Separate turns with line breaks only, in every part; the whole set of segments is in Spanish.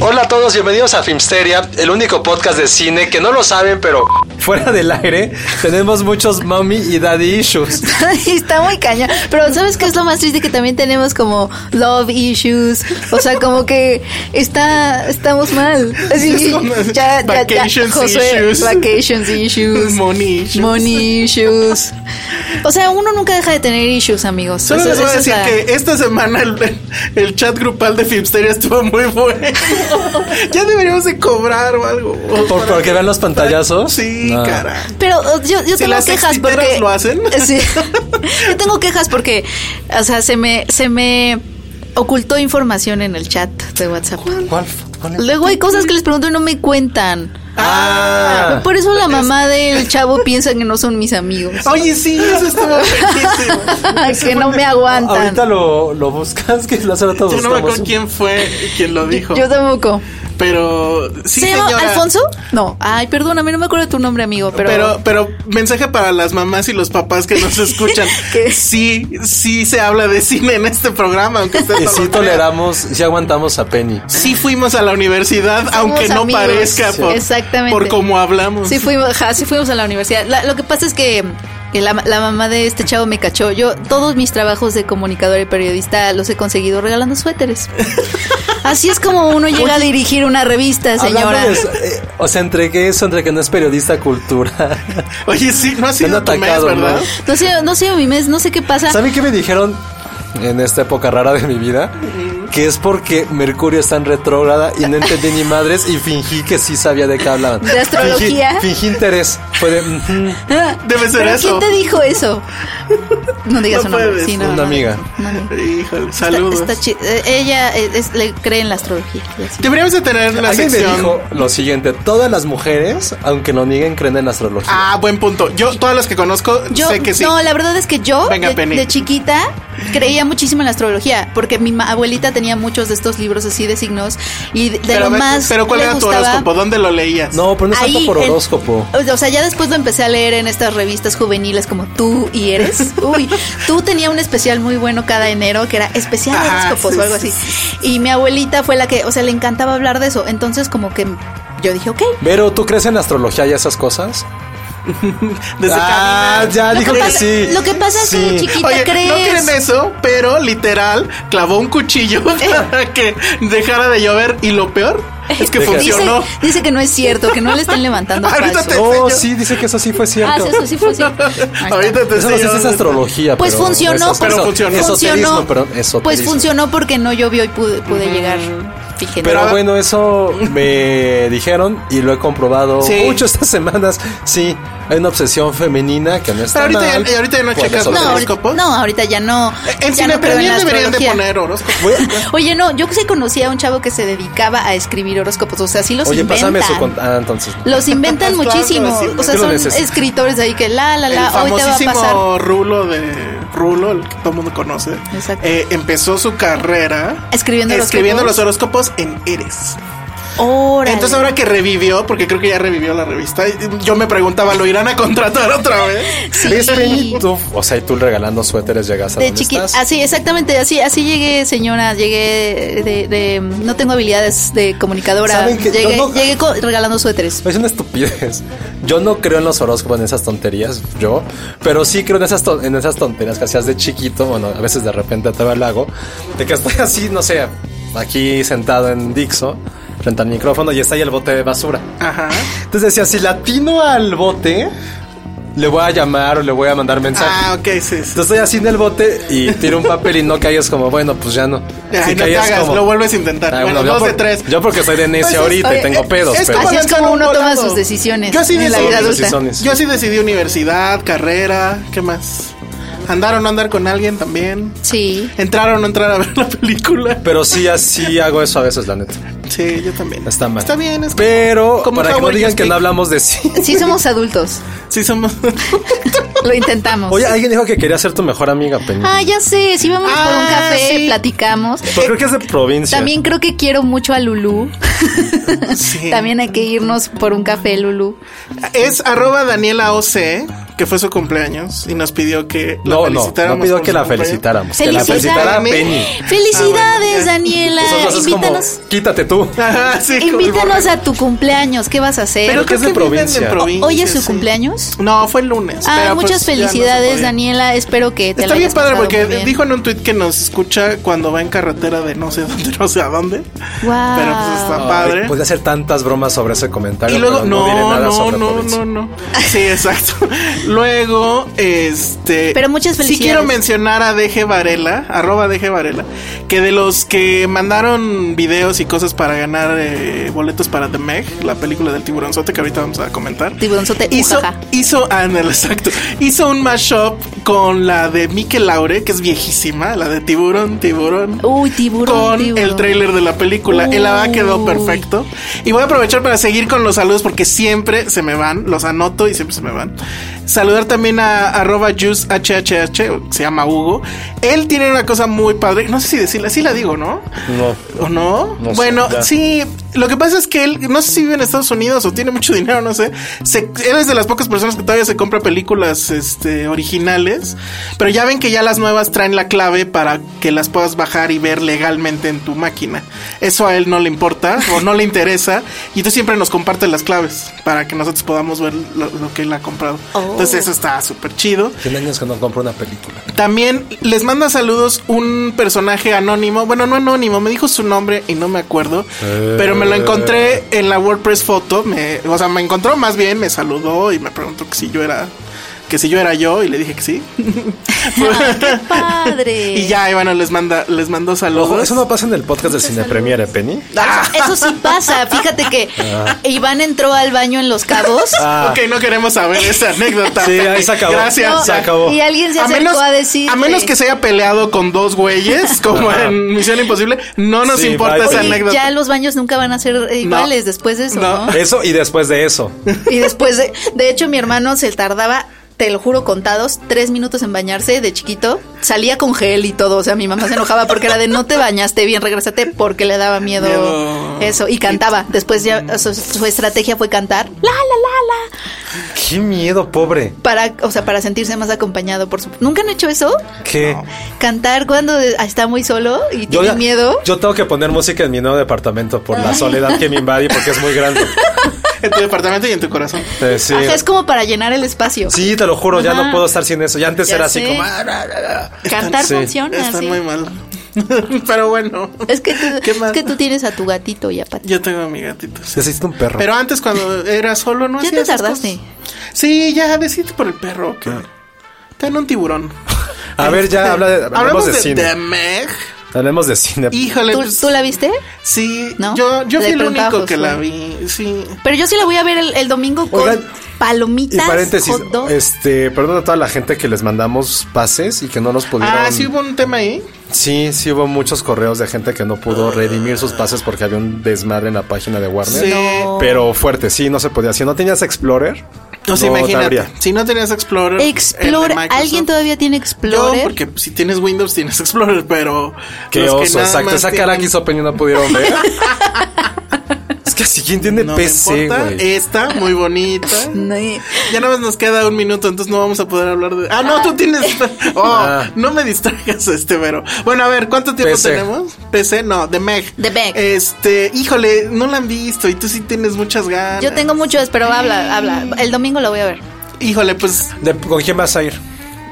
Hola a todos, bienvenidos a Filmsteria, el único podcast de cine que no lo saben, pero fuera del aire tenemos muchos mommy y daddy issues.
Está muy caña. Pero ¿sabes qué es lo más triste? Que también tenemos como love issues. O sea, como que está, estamos mal. Así, ya, ya, ya,
Vacations issues.
Vacations issues.
Money issues.
Money issues. O sea, uno nunca deja de tener issues, amigos.
Solo
Eso-
les voy a
esa es
decir
la-
que esta semana el, el chat grupal de Filmsteria estuvo muy bueno. ya deberíamos de cobrar o algo.
¿Por,
Para-
porque vean los pantallazos.
Sí,
No.
cara.
Pero uh, yo, yo
Si
tengo
las
quejas
extiteras
porque.
lo hacen.
Sí. yo tengo quejas porque, o sea, se me, se me ocultó información en el chat de WhatsApp.
¿Cuál? f- cuál es?
Luego hay cosas que les pregunto y no me cuentan.
Ah,
Por eso la mamá del chavo piensa que no son mis amigos.
Oye, sí, eso estuvo buenísimo.
que no me aguantan.
ahorita lo, lo buscas, que la semana
Yo no me acuerdo
buscamos.
quién fue quien lo dijo.
Yo tampoco.
Pero sí,
¿Se llama
señora.
Alfonso? No. Ay, perdóname, no me acuerdo de tu nombre, amigo, pero...
Pero, pero mensaje para las mamás y los papás que nos escuchan.
¿Qué?
Sí, sí se habla de cine en este programa, aunque ustedes
Y
no lo
sí
crean.
toleramos, y sí aguantamos a Penny.
Sí fuimos a la universidad, aunque no
amigos.
parezca
Sí.
por,
Exactamente.
por cómo hablamos.
Sí fuimos, ajá, sí fuimos a la universidad. La- lo que pasa es que, que la, la mamá de este chavo me cachó. Yo todos mis trabajos de comunicador y periodista los he conseguido regalando suéteres. Así es como uno llega a dirigir una revista, señora.
Hablando de eso, eh, o sea, entre que eso, entre que no es periodista cultura.
Oye, sí, no ha
Te han
sido tu mes,
atacado,
¿verdad?
¿no?
No sé, no sé, mi mes, no sé qué pasa.
¿Saben qué me dijeron en esta época rara de mi vida? Que es porque Mercurio está en retrógrada y no entendí ni madres y fingí que sí sabía de qué hablaban.
¿De astrología? Ah,
Fingí, fingí interés. Fue de, ujú,
Debe ser
¿Pero
eso.
¿Quién te dijo eso? No digas
No
su nombre.
puedes,
sí, no,
una
no,
amiga.
una amiga.
Híjole,
Está-
saludos.
está chi- eh, ella eh, es- le cree en la astrología. y así.
Deberíamos de tener la
Alguien me
sección.
dijo lo siguiente. Todas las mujeres, aunque lo nieguen, creen en astrología.
Ah, buen punto. Yo, todas las que conozco,
Yo,
sé que sí.
no, la verdad es que yo
Venga,
de,
Penny.
de chiquita creía muchísimo en la astrología, porque mi ma- abuelita tenía muchos de estos libros así de signos y de, de
pero,
lo
a ver,
más
pero ¿cuál
le
era tu
gustaba-
horóscopo? ¿Dónde lo leías?
no, pero no es tanto
Ahí
por
en-
horóscopo.
o sea, ya después lo empecé a leer en estas revistas juveniles como Tú y Eres. Uy, Tú tenía un especial muy bueno cada enero que era especial
Ah,
horóscopos
sí,
o algo
sí,
así. Y mi abuelita fue la que, o sea, le encantaba hablar de eso. Entonces, como que yo dije, ok.
Vero, ¿tú crees en astrología y esas cosas?
Desde
ah,
caminar.
ya
Lo
dijo
que
que
pasa-
sí.
lo que pasa es que de chiquita
Oye,
crees.
no creen eso, pero literal clavó un cuchillo para que dejara de llover y lo peor es que
Deja-
dice,
funcionó.
dice que no es cierto, que no le están levantando
Ahorita
falso.
te-
Oh,
enseño.
sí, dice que eso sí fue
Pues Ah,
cierto.
sí, eso sí fue cierto. Ahí está.
Ahorita
Eso
te
no sé si
enseño
es
dónde-
astrología,
Pues
pero
funcionó,
es-
pero
eso-
funcionó.
Esoterismo, pero esoterismo.
Pues funcionó porque no llovió y pude, pude llegar. Fíjense.
Pero bueno, eso me dijeron y lo he comprobado
Sí.
mucho estas semanas. Sí, hay una obsesión femenina que no está
Pero ahorita ya-
mal.
y ahorita ya no
Por
checas
Pues eso
los
te-
no, ahorita,
horóscopos?
no, ahorita ya no.
Eh, En
ya no
cine
creo en la
deberían de
astrología.
poner horóscopo.
Voy-
Oye, no, yo sí conocía a un chavo que se dedicaba a escribir horóscopos, o sea, sí los
Oye,
inventan.
pásame su contacto. Ah, entonces. no.
Los inventan
Claro,
muchísimo,
sí,
o sea,
yo lo
son
necesito.
escritores ahí que la, la,
El
la, hoy te va a pasar.
famosísimo Rulo de Rulo, el que todo el mundo conoce,
Exacto.
eh, empezó su carrera
Escribiendo horóscopos.
los horóscopos en Eres.
Órale.
Entonces ahora que revivió, porque creo que ya revivió la revista, yo me preguntaba, ¿lo irán a contratar otra vez?
Sí.
Es Benito. O sea, y tú regalando suéteres llegas a
De
donde
chiqui,
estás.
así, exactamente, así, así llegué, señora, llegué de, de- no tengo habilidades de comunicadora,
¿Saben qué?
llegué,
Yo no-
llegué co- regalando suéteres.
Es una estupidez. Yo no creo en los horóscopos, en esas tonterías, yo. Pero sí creo en esas, ton- en esas tonterías que hacías de chiquito. Bueno, a veces de repente todavía lo hago. De que estoy así, no sé, aquí sentado en Dixo, frente al micrófono y está ahí el bote de basura.
Ajá.
Entonces decía, si latino al bote, le voy a llamar o le voy a mandar mensaje.
Ah, ok, sí, sí.
Entonces estoy así en el bote y tiro un papel y no caes como, bueno, pues ya no.
Ay,
Si
no te
caías
hagas,
como-
lo vuelves a intentar.
Ay,
bueno,
yo
dos
por-
de tres.
Yo porque soy de necio
Pues es-
ahorita y
oye,
tengo
es-
pedos,
es
pero...
como
Así es
lanzar
como
un
uno toma
volado.
sus decisiones
Yo sí
en la
decidí-
vida adulta.
decisiones.
Yo sí decidí universidad, carrera, ¿qué más? Andar o no andar con alguien también.
Sí.
Entrar o no entrar a ver la película.
Pero sí, así hago eso a veces, la neta.
Sí, yo también.
Está mal.
Está bien, es
Pero
como
para que no
Howard
digan
Hughes
que
Pick.
no hablamos de sí.
Sí somos adultos,
Sí, somos.
lo intentamos.
Oye, alguien dijo que quería ser tu mejor amiga, Peña.
ah, ya sé, si vamos por un
Ah,
café,
sí.
platicamos.
Pero creo que es de provincia.
También creo que quiero mucho a Lulú.
Sí.
También hay que irnos por un café, Lulú.
Es arroba Daniela OC, que fue su cumpleaños y nos pidió que la
No, no, no
felicitáramos.
pidió
por
que
su
la
cumpleaños.
felicitáramos. Que la
Felicidades.
felicitara Penny. Ah,
Felicidades, Daniela.
Nosotros es como,
eh, Invítanos.
quítate tú.
Ajá, sí, como
Invítanos
borracho.
a tu cumpleaños. ¿Qué vas a hacer?
Pero
que
creo
es
es
de
de
provincia.
provincia. provincia
¿Hoy es su
sí.
cumpleaños?
No, fue el lunes.
Ah,
pero, pues,
muchas
ya no se
felicidades,
podía.
Daniela. Espero que te
Está
la
bien
hayas
padre
pasado
porque
muy bien.
dijo en un tuit que nos escucha cuando va en carretera de no sé dónde, no sé a dónde.
Guau.
Pero pues está
Ay,
padre.
Podía hacer tantas bromas sobre ese comentario.
Y luego,
pero no, diré
no,
nada
no,
sobre
no,
provincia.
no, no. Sí, exacto. luego, este.
Pero muchas
Sí quiero
felicidades.
mencionar a DG Varela, arroba DG Varela, que de los que mandaron videos y cosas para ganar eh, boletos para The Meg, la película del tiburonzote que ahorita vamos a comentar.
Tiburonzote,
Hizo,
ujaja.
hizo, ándale, exacto. Hizo un mashup con la de Mikel Laure, que es viejísima, la de tiburón, tiburón
Uy, tiburón.
con
tiburón.
el tráiler de la película. El ABA quedó
Uy.
perfecto. Y voy a aprovechar para seguir con los saludos porque siempre se me van, los anoto y siempre se me van. Saludar también a arroba juicehhh, se llama Hugo. Él tiene una cosa muy padre, no sé si decirla, sí la digo, ¿no?
No.
¿O no?
No sé,
bueno,
ya.
sí, lo que pasa es que él, no sé si vive en Estados Unidos o tiene mucho dinero, no sé. Se, él es de las pocas personas que todavía se compra películas este, originales, pero ya ven que ya las nuevas traen la clave para que las puedas bajar y ver legalmente en tu máquina. Eso a él no le importa o no le interesa, y tú siempre nos compartes las claves para que nosotros podamos ver lo, lo que él ha comprado.
Oh.
Entonces eso está súper chido.
Tiene años que no compro una película.
También les manda saludos un personaje anónimo. Bueno, no anónimo, me dijo su nombre y no me acuerdo.
Eh.
Pero me lo encontré en la WordPress foto. Me, o sea, me encontró más bien, me saludó y me preguntó que si yo era. Que si yo era yo y le dije que sí.
Ah, ¡Qué padre!
y ya, y bueno, les manda, les mandó
Ojo,
saludos. Ah,
eso no pasa en el podcast de Cine Premiere, Penny.
Eso sí pasa. Fíjate que Iván entró al baño en Los Cabos.
Ah.
Ok, no queremos saber esa anécdota.
Sí, ahí se acabó.
Gracias.
No,
se acabó.
Y alguien se acercó a, decir.
a menos que se haya peleado con dos güeyes, como
Ajá.
en Misión Imposible, no nos
Sí,
importa
bye,
esa
bye.
anécdota.
ya los baños nunca van a ser eh, iguales después de eso,
No.
¿no?
Eso y después de eso.
Y después de, de hecho, mi hermano se tardaba, te lo juro, contados, tres minutos en bañarse de chiquito. Salía con gel y todo. O sea, mi mamá se enojaba porque era de no te bañaste bien, regrésate, porque le daba miedo,
Miedo.
eso. Y cantaba. Después ya su, su estrategia fue cantar. La, la, la, la.
Qué miedo, pobre.
Para, o sea, para sentirse más acompañado, por supuesto. ¿Nunca han hecho eso?
¿Qué?
Cantar cuando ah, está muy solo y tiene
ya-
miedo.
Yo tengo que poner música en mi nuevo departamento por la soledad que me invade y porque es muy grande.
En tu departamento y en tu corazón.
Eh, sí.
Ajá, es como para llenar el espacio.
Sí, te lo juro, ya
Ajá.
no puedo estar sin eso. Ya antes
Ya
era
sé.
así como. ah, ra, ra, ra.
Cantar
Sí.
funciona.
Está
sí.
muy mal. Pero bueno.
Es que, tú,
¿Qué
es
más?
que tú tienes a tu gatito y a Pati.
Yo tengo a mi gatito. sí.
Necesito un perro.
Pero antes cuando era solo no
Ya
hacía
te
esas
tardaste.
cosas. Sí, ya decidí por el perro que ten un tiburón.
A ver, ya
Este,
habla de, hablemos
hablamos
de, cine.
The Meg.
Hablemos de cine.
Híjole.
¿Tú,
pues,
tú la viste?
Sí,
¿No?
yo, yo
Le
fui el
preguntaba a
único que
Josué.
la vi. Sí.
Pero yo sí la voy a ver el, el domingo con
Oigan, Y
palomitas.
paréntesis,
hot dog.
este, perdón a toda la gente que les mandamos pases y que no los pudieron.
Ah, sí hubo un tema ahí.
Sí, sí hubo muchos correos de gente que no pudo redimir sus pases porque había un desmadre en la página de Warner.
Sí.
Pero fuerte, sí, no se podía. Si no tenías Explorer,
No, sí,
no te
imagínate.
abría.
Si no tenías Explorer. el de
Explorer.
Microsoft.
¿Alguien todavía tiene
Yo,
Explorer?
porque si tienes Windows tienes Explorer, pero.
Qué
los que
oso,
nada
exacto.
más
Esa cara
tienen-
que hizo Peña no pudieron ver. Es que así, ¿quién tiene
No me
PC,
importa. Eh,
güey?
Esta, muy bonita.
No, eh,
Ya nada más nos queda un minuto, entonces no vamos a poder hablar de. Ah, no, tú tienes. Oh,
Ah.
no me distraigas, este, pero. Bueno, a ver, ¿cuánto tiempo
PC.
tenemos? PC, no, de Meg.
The Meg.
Este, híjole, no la han visto y tú sí tienes muchas ganas.
Yo tengo muchos, pero habla, habla. El domingo lo voy a ver.
Híjole, pues.
¿De- ¿Con quién vas a ir?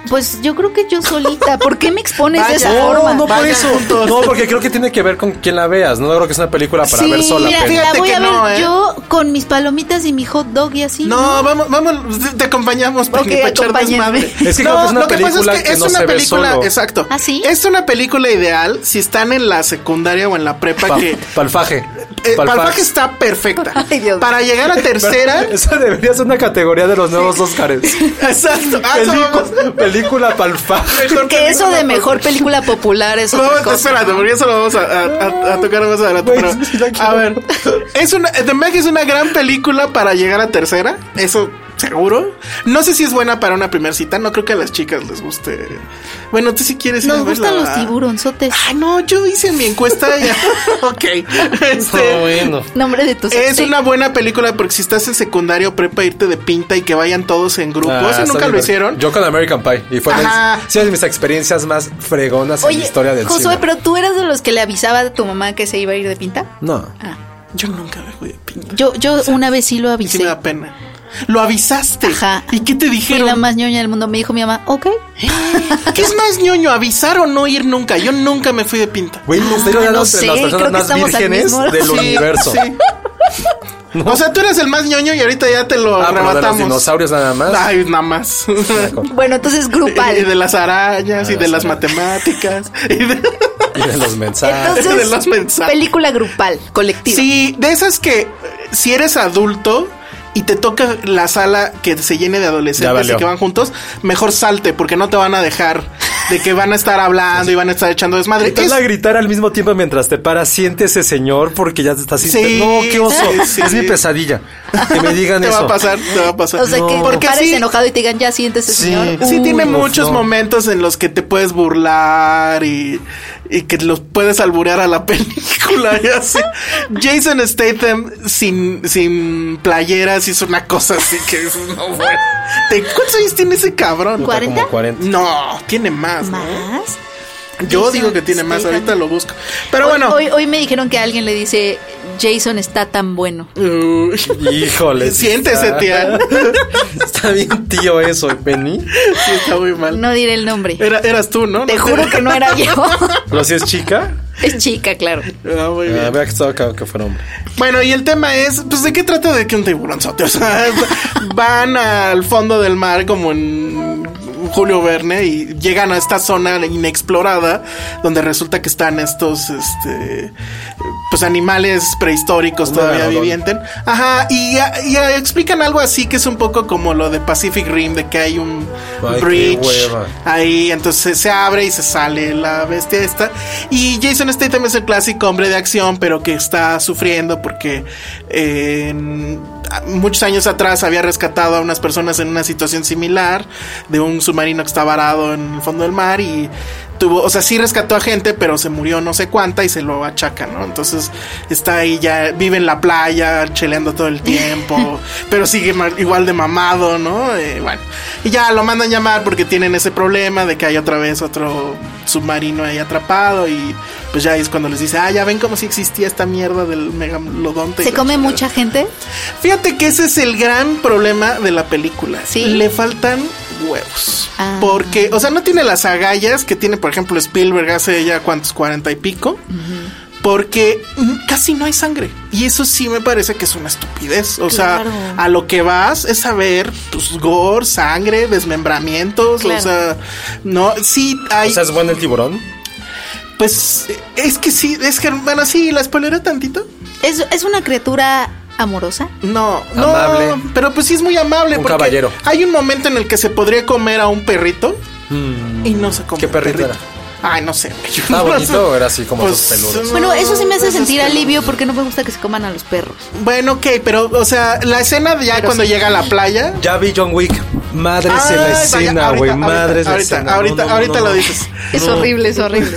Pues yo creo que yo solita. ¿Por qué me expones de esa
Vaya.
forma?
No, no por
Vayan
eso.
juntos.
No, porque creo que tiene que ver con quién la veas. No creo que es una película para
Sí,
ver sola.
Mira,
pero-
la
Fíjate
voy
que
a ver
no, ¿eh?
yo con mis palomitas y mi hot dog y así.
No, vamos, vamos, te- te acompañamos para
Ok,
para echar
acompáñenme.
desmadre.
Es que creo que es una película que no se ve solo.
exacto.
¿Ah, sí?
Es una película ideal si están en la secundaria o en la prepa
Pa-
que
Palfaje.
eh,
Palfaje.
Palfaje está perfecta.
Ay, Dios.
Para llegar a tercera,
Esa debería ser una categoría de los nuevos Óscares.
exacto. Ah, eso vamos.
Película, película palfaje.
que eso de mejor película popular es
No,
otra
espérate,
cosa.
espérate, porque eso lo vamos a, a- a- a tocar más adelante.
Güey,
pero-
sí, la quiero.
a ver, es una, The Meg es una gran película para llegar a tercera, eso seguro. No sé si es buena para una primera cita, no creo que a las chicas les guste. Bueno, tú si quieres ir a
Nos gustan
verla.
los tiburonzotes.
Ah, no, yo hice mi encuesta ya. ok. Este,
bueno.
Nombre de tus
es una buena película porque si estás en secundaria o prepa, irte de pinta y que vayan todos en grupo.
Ah,
Eso
está
nunca
bien
lo
ver-
hicieron.
Yo con American Pie. Y fue
Ajá.
mis, sí, de mis experiencias más fregonas en
Ah. Oye,
la historia del
Josué,
cine.
pero tú eras de los que le avisaba a tu mamá que se iba a ir de pinta.
No.
Ah,
Yo nunca me fui de pinta.
yo, yo una vez sí lo
Sí,
avisé.
me da pena. Lo avisaste.
Ajá.
¿Y qué te
Fui la
dijeron?
más ñoña del mundo. Me dijo mi mamá, ok.
¿Qué es más ñoño, avisar o no ir nunca? Yo nunca me fui de pinta.
Güey, me estoy
Ah,
rodeado
no
de
sé,
las
creo
personas
que
más
estamos al
vírgenes
mismo-
del
Sí,
universo.
sí. O sea, tú eres el más ñoño y ahorita ya te lo
Ah, pero de los
arrebatamos.
dinosaurios nada más.
Ay, nada más.
Bueno, entonces grupal.
Y de las arañas, y de las
arañas.
matemáticas, y de,
Y de los mensajes.
Entonces,
de los mensajes.
película grupal, colectiva.
Sí, de esas que eh, si eres adulto y te toca la sala que se llene de
Ya
adolescentes
valió.
y que van juntos, mejor salte porque no te van a dejar de que van a estar hablando y van a estar echando desmadre.
Entonces
Es-
a gritar al mismo tiempo mientras te paras, siéntese señor, porque ya te estás...
Sí,
no, qué oso.
sí, sí.
Es mi pesadilla. Que me digan
te
eso.
va a pasar, te va a pasar.
O sea, que
porque
pares
sí,
enojado y te digan, ya siéntese,
Sí.
señor.
sí
Uy,
tiene
no,
muchos
no.
momentos en los que te puedes burlar y, y que los puedes alburear a la película. y así. Jason Statham sin, sin playeras hizo una cosa así que dices, no, bueno. ¿Te- ¿Cuántos años tiene ese cabrón?
Cuatro.
Como 40.
No, tiene más. ¿no?
¿Más?
Yo
Jason
digo que tiene más,
Statham.
ahorita lo busco. Pero
Hoy-
bueno.
Hoy, hoy me dijeron que alguien le dice, Jason está tan bueno.
Mm. Uy.
Híjole. sí
Siéntese,
está-
tía.
Está bien tío eso, Penny.
Sí, está muy mal.
No diré el nombre.
Era- eras tú, Eh, ¿no?
Te
No
juro que no era yo.
Pero si es chica,
es chica, claro.
Ah, muy bien.
ah, me ha estado cagado que fuera hombre.
Bueno, y el tema es, pues, ¿de qué trata de que un tiburonzote? O sea, van al fondo del mar como en Julio Verne y llegan a esta zona inexplorada donde resulta que están estos, este, pues, animales prehistóricos
Un
todavía
megalodón.
vivientes. Ajá, y, y explican algo así que es un poco como lo de Pacific Rim, de que hay un
Ay, qué
bridge
hueva.
ahí, entonces se abre y se sale la bestia esta. Y Jason Statham es el clásico hombre de acción, pero que está sufriendo porque eh, en- a- muchos años atrás había rescatado a unas personas en una situación similar de un submarino que está varado en el fondo del mar y tuvo, o sea, sí rescató a gente, pero se murió no sé cuánta y se lo achaca, ¿no? Entonces está ahí ya, vive en la playa, cheleando todo el tiempo, pero sigue ma- igual de mamado, ¿no? Eh, bueno, y ya lo mandan llamar porque tienen ese problema de que hay otra vez otro submarino ahí atrapado y pues ya es cuando les dice, ah, ya ven como si existía esta mierda del megalodonte. y
¿Se
la
come
chingada".
mucha gente?
Fíjate que ese es el gran problema de la película.
Sí.
Le faltan huevos.
Ah.
Porque, o sea, no tiene las agallas que tiene, por ejemplo, Spielberg hace ya cuántos, cuarenta y pico. Porque mm, casi no hay sangre. Y eso sí me parece que es una estupidez. O
Claro.
sea, a lo que vas es a ver, pues, gore, sangre, desmembramientos.
Claro.
O sea, no, sí hay.
O sea, es bueno el tiburón.
pues es que sí, es que, bueno, sí, la spoileré tantito.
¿Es, es una criatura amorosa?
No,
Amable.
no, pero pues sí es muy amable.
Un
porque
caballero.
Hay un momento en el que se podría comer a un perrito y no se come.
¿Qué
al
perrito
Ay, no sé. güey, yo
¿Estaba
no
bonito
sé.
o era así
pues,
como esos peludos?
Bueno, eso sí me hace
esos
sentir
peludos.
alivio porque no me gusta que se coman a los perros.
Bueno, ok, pero, o sea, la escena de ya cuando llega a la playa.
Ya vi John Wick. Madres
Ah,
en la
está, ya,
escena,
ahorita,
güey.
ahorita,
Madres en la
ahorita,
escena. No,
Ahorita,
no, no,
ahorita
no,
lo
no.
dices.
Es horrible, es horrible.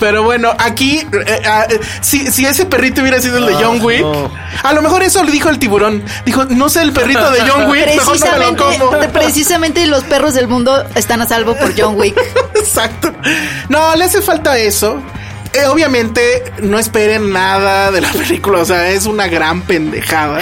Pero bueno, aquí, eh, ah, eh, si, si ese perrito hubiera sido el
Ah,
de John Wick, a lo mejor eso le dijo el tiburón. Dijo, no sé, el perrito de John Wick, mejor no me lo
Precisamente,
como.
precisamente los perros del mundo están a salvo por John Wick.
Exacto. No, le hace falta eso. Eh, obviamente, no esperen nada de la película. O sea, es una gran pendejada.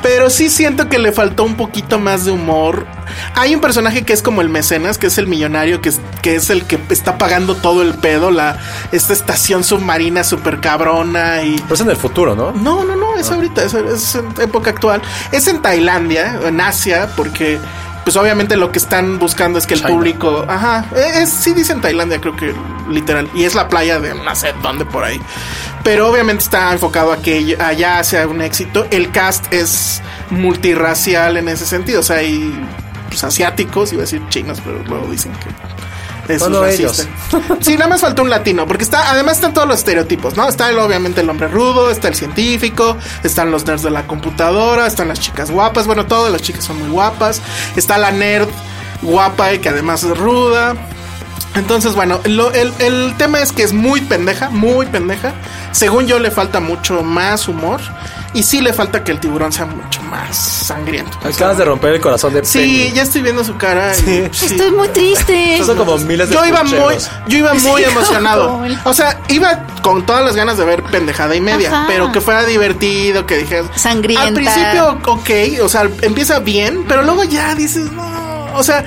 Pero sí siento que le faltó un poquito más de humor. Hay un personaje que es como el mecenas, que es el millonario, que es, que es el que está pagando todo el pedo, la, esta estación submarina super cabrona y...
Pero es en el futuro, ¿no?
No, no, no, es ahorita, es, es en época actual. Es en Tailandia, en Asia, porque pues obviamente lo que están buscando es que el
China.
público, ajá, e, es, sí dicen Tailandia, creo que literal, y es la playa de no sé dónde por ahí. Pero obviamente está enfocado a que allá sea un éxito. El cast es multirracial en ese sentido, o sea, hay pues, asiáticos, iba a decir chinos, pero luego dicen que es
Solo
racista. Sí, nada más faltó un latino, porque está, además están todos los estereotipos, ¿no? Está el, obviamente el hombre rudo, está el científico, están los nerds de la computadora, están las chicas guapas, bueno, todas las chicas son muy guapas, está la nerd guapa y que además es ruda. Entonces, bueno, lo- el, el tema es que es muy pendeja, muy pendeja. Según yo, le falta mucho más humor. Y sí le falta que el tiburón sea mucho más sangriento.
Acabas de romper el corazón de
Sí, ya estoy viendo su cara. y-
Sí.
sí.
Estoy muy triste.
Penny. Son como miles de
Yo iba muy,
pucheros.
yo iba muy
Sí,
emocionado.
como el-
O sea, iba con todas las ganas de ver pendejada y media,
Ajá.
pero que fuera divertido, que dijeras.
Sangrienta.
Al principio, ok, o sea, empieza bien, pero luego ya dices, no. O sea,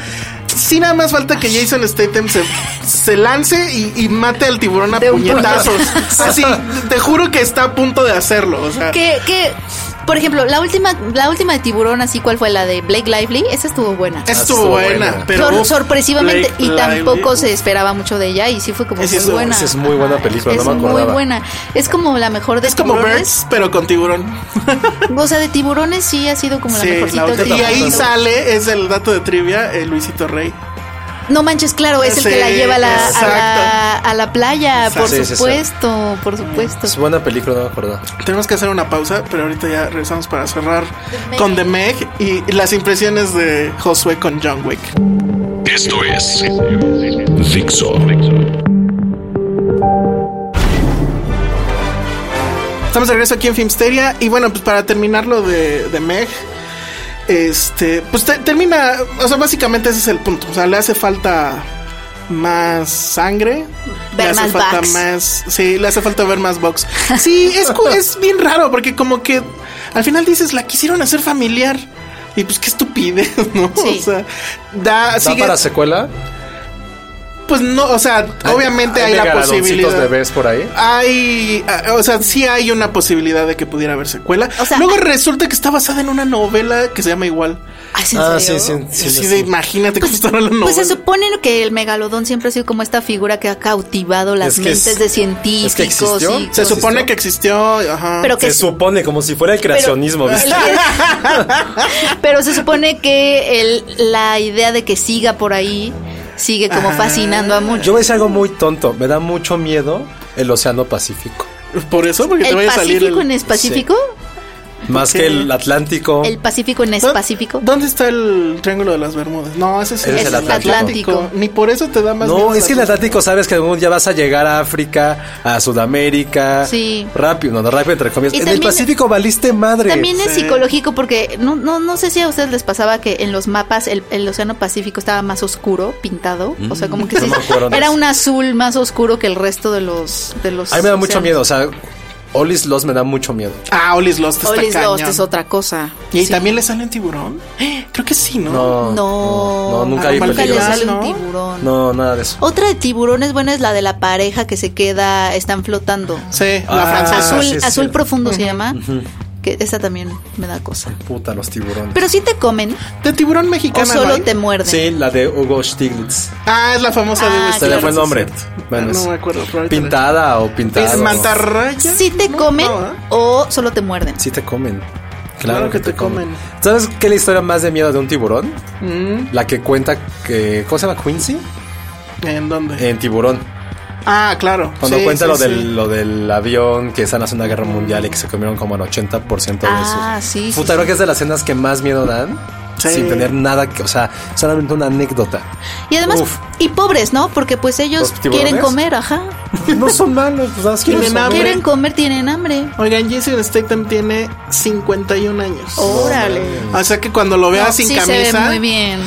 sí nada más falta que Jason Statham se, se lance y, y mate al tiburón a
De un
puñetazos. Así, te juro que está a punto de hacerlo. O sea,
Que, que, por ejemplo, la última, la última de tiburón, así cuál fue la de Blake Lively, esa estuvo buena.
esa
estuvo
estuvo buena,
buena.
pero.
Sor-
uf,
sorpresivamente
Blake
y
Lively,
tampoco
uf.
se esperaba mucho de ella y sí fue como
Esa
muy
es-
buena.
esa es muy buena
Ajá,
película, no
es
me acordaba.
muy buena. Es como la mejor de
Es como
tiburones.
Birds, pero con tiburón.
O sea, de tiburones sí ha sido como la
Sí,
mejorcita.
la otra-
de
y ahí
tiburones.
sale, es el dato de trivia, eh, Luisito Rey.
No manches, claro, es el
Sí,
que la lleva a la, a la,
exacto.
a la playa, por
Sí, sí, sí.
supuesto, por supuesto.
Es buena película, no me acuerdo.
Tenemos que hacer una pausa, pero ahorita ya regresamos para cerrar
Meg.
con The Meg y las impresiones de Josué con John Wick.
Esto es Dixo.
Estamos de regreso aquí en Filmsteria y bueno, pues para terminar lo de, de Meg, este, pues te- termina, o sea, básicamente ese es el punto, o sea, le hace falta más sangre.
Ver
le hace
más
falta
box.
más, sí, le hace falta ver más box. Sí, es, cu- es bien raro porque como que al final dices, la quisieron hacer familiar. Y pues qué estupidez, ¿no?
Sí.
O sea, da,
¿Da
sigue,
para secuela?
pues no, o sea, obviamente hay, la
megalodoncitos
posibilidad.
de bebés por ahí?
Hay, ah, o sea, sí hay una posibilidad de que pudiera haber secuela.
O sea- ah,
Luego resulta que está basada en una novela que se llama igual.
Ay, ¿sí, en
Ah, sí,
serio?
sí, sí.
Sí,
sí,
de
sí.
imagínate que está la novela.
Pues se supone que el megalodón siempre ha sido como esta figura que ha cautivado las
Es que
mentes
es-
de
es que
científicos.
existió.
y
Se
cosas.
supone que existió, ajá.
Pero que
Se supone como si fuera el creacionismo,
pero,
¿viste?
pero se supone que el, la idea de que siga por ahí sigue como fascinando a muchos.
Yo voy a decir algo muy tonto. Me da mucho miedo el Océano Pacífico.
Por eso, porque te
¿El
vaya a salir.
Pacífico
el-
en espacífico?
Más que el Atlántico.
¿El Pacífico en
¿Dó-
espacífico?
¿Dónde está el Triángulo de las Bermudas? No, ese es,
Ese es el Atlántico.
Ni por eso te da más
No,
miedo
es que el Atlántico sabes que algún día vas a llegar a África, a Sudamérica.
Sí.
Rápido, no, no, rápido entre comillas.
Y
En el
también-
Pacífico valiste madre.
También es psicológico porque no, no, no sé si a ustedes les pasaba que en los mapas el, el Océano Pacífico estaba más oscuro, pintado. o sea, como que
Mm. no
sí-
me acuerdo de
era
eso.
un azul más oscuro que el resto de los... De los
A mí me da mucho
océanos.
miedo, o sea, Olis Lost me da mucho miedo.
Ah, Olis Lost está
All is
cañón.
Lost es otra cosa.
Y ahí
Sí.
también le sale un tiburón. Creo que sí, ¿no?
No.
No,
No, nunca hay
le
peligro.
sale
¿No?
un tiburón.
No, nada de eso.
Otra de tiburones buena es la de la pareja que se queda, están flotando.
Sí,
Ah,
la francesa.
azul
sí, es
azul
cierto.
profundo se llama. Que esa también me da cosa.
Puta, los tiburones.
Pero si te comen
De tiburón
o
mexicano.
solo te muerden.
Sí, la de Hugo Stiglitz.
Ah, es la famosa de
Ah,
Westworld,
Se le fue el
sí,
nombre.
es cierto.
Bueno,
no
es-
me acuerdo. pero ahorita
Pintada o
le-
pintada.
¿Es
o-
mantarraya?
Si te
No,
comen
no, ¿eh?
o solo te muerden.
Sí te comen.
Claro que te comen.
¿Sabes qué es la historia más de miedo de un tiburón?
Mm.
La que cuenta que... ¿Cómo se llama? Quincy.
¿En dónde?
En tiburón.
ah, claro.
Eh, Cuando
Sí,
cuenta
sí,
lo,
sí.
del, lo del avión que está en la Segunda Guerra Mundial y que se comieron como el 80% de
Ah,
esos.
sí, sí,
Puta, creo que es de las escenas que más miedo dan.
Sí.
Sin tener nada que... O sea, solamente una anécdota.
Y además,
Uf.
y pobres, ¿no? Porque pues ellos
¿Los tiburones?
quieren comer, ajá.
No son malos, pues haz que no
Tienen
son
hambre.
Quieren comer, tienen hambre.
Oigan, Jason Statham tiene 51 años.
Órale.
O sea que cuando lo veas
Oh. No,
sin
sí
camisa.
se ve muy bien.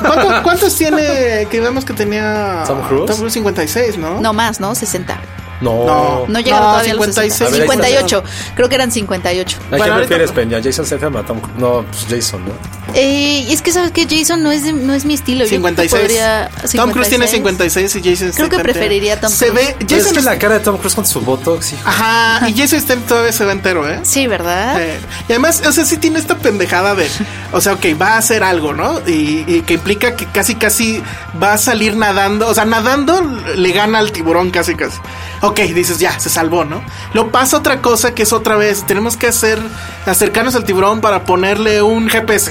¿Cuánto- ¿Cuántos tiene? Que vemos que tenía.
Tom Cruise?
56, ¿no?
No más, ¿no? 60.
No.
No.
No llegaba
No,
todavía a los 60.
56.
58. Creo que eran 58.
¿A
Bueno,
quién
ahorita-
prefieres, Peña? ¿Jason Statham a Tom Cruise? No, pues Jason, ¿no?
Eh, y es que sabes que Jason no es, de- no es mi estilo. Yo creo que
56.
podría-
Tom Cruise tiene
56.
56 y Jason
Creo que
Statham tiene-
preferiría a Tom
Se
Cruise.
ve.
Pero es
Jason
que la cara de Tom Cruise con su botox, hijo.
Ajá, y Jason Statham todavía se ve entero, ¿eh?
Sí, ¿verdad?
Eh, y además, o sea, sí tiene esta pendejada de, o sea, ok, va a hacer algo, ¿no? Y, y que implica que casi, casi va a salir nadando, o sea, nadando le gana al tiburón casi, casi. Ok, dices, ya, se salvó, ¿no? Lo pasa otra cosa que es otra vez, tenemos que hacer, acercarnos al tiburón para ponerle un GPS.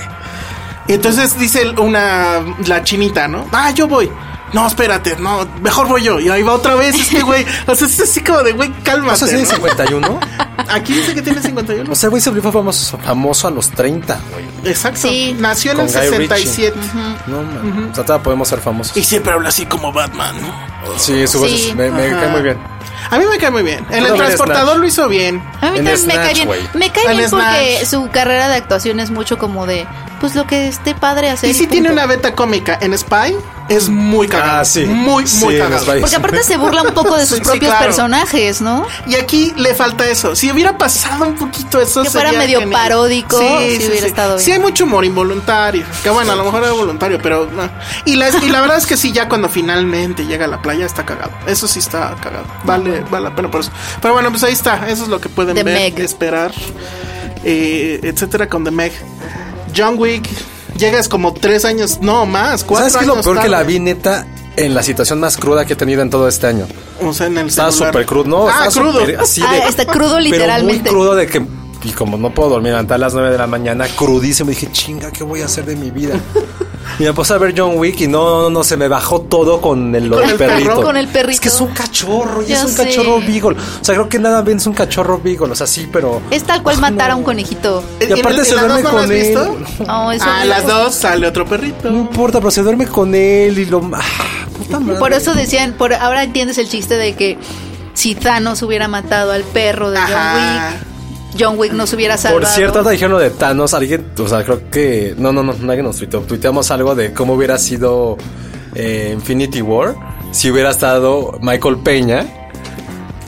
Y entonces dice el- una, la chinita, ¿no? Ah, yo voy. No, espérate, no, mejor voy yo. Y ahí va otra vez este güey. O sea, es así como de, güey,
O sea,
cálmate.
tiene
¿no?
51.
Aquí dice que tiene 51.
O sea, güey se volvió famoso, famoso a los 30, güey.
Exacto.
Sí.
Nació en
Con
el
Guy
67.
No, man. O sea, todavía podemos ser famosos.
Y siempre habla así como Batman, ¿no?
Sí, su voz
Sí.
es- me, me
Ajá.
cae muy bien.
A mí me cae muy bien. En
No,
el
mira,
transportador
Snatch.
lo hizo bien.
A mí
En
también me
Snatch,
cae bien.
güey.
Me cae
En
bien porque
Snatch.
su carrera de actuación es mucho como de, pues lo que esté padre hacer.
Y sí
punto.
tiene una beta cómica en Spy. Es muy cagado.
Ah, sí.
Muy,
Sí,
muy
en
cagado.
Spy.
Porque aparte se burla un poco de sus
Sí, sí,
propios
claro.
personajes, ¿no?
Y aquí le falta eso. Si hubiera pasado un poquito eso,
Que fuera
sería
medio
genial.
paródico, sí hubiera estado bien.
Sí, hay mucho humor involuntario. Que bueno, a lo mejor era voluntario, pero. no. Y, la, y la verdad es que sí, ya cuando finalmente llega a la playa está cagado. Eso sí está cagado. Vale, vale la pena por eso. Pero bueno, pues ahí está. Eso es lo que pueden
The
ver,
Meg.
esperar, eh, etcétera, con The Meg. John Wick. Llegas como tres años, no más, cuatro
¿Sabes qué es
años.
lo peor que
tarde.
la vi neta en la situación más cruda que he tenido en todo este año?
O sea, en el
Estaba
celular.
súper crudo, ¿no?
Ah,
estaba
crudo.
súper así de-
Ah, está crudo literalmente.
Pero muy crudo de que. Y como no puedo dormir hasta las 9 de la mañana, crudísimo, dije, chinga, ¿qué voy a hacer de mi vida? Y me puse a ver John Wick y no, no, no, se me bajó todo con el, lo
Con
del
el
perrito.
perro,
con el perrito.
Es que es un cachorro, y
Ya
es un
sé.
cachorro beagle. O sea, creo que nada bien es un cachorro beagle, o sea, sí, pero.
Es tal cual matar a un conejito.
Y aparte
¿En-
se
en la
duerme
dos no la has
con él.
visto?
No, eso
Ah, A
no-
las dos sale otro
No
perrito.
importa, pero se duerme con él y lo. ah, puta madre.
Por eso decían, por ahora entiendes el chiste de que si Thanos hubiera matado al perro de
Ajá.
John Wick, John Wick nos hubiera salvado.
Por cierto, ahorita dijeron lo de Thanos, alguien, o sea, creo que. No, no, no, nadie nos tuiteó. Tuiteamos algo de cómo hubiera sido eh, Infinity War si hubiera estado Michael Peña.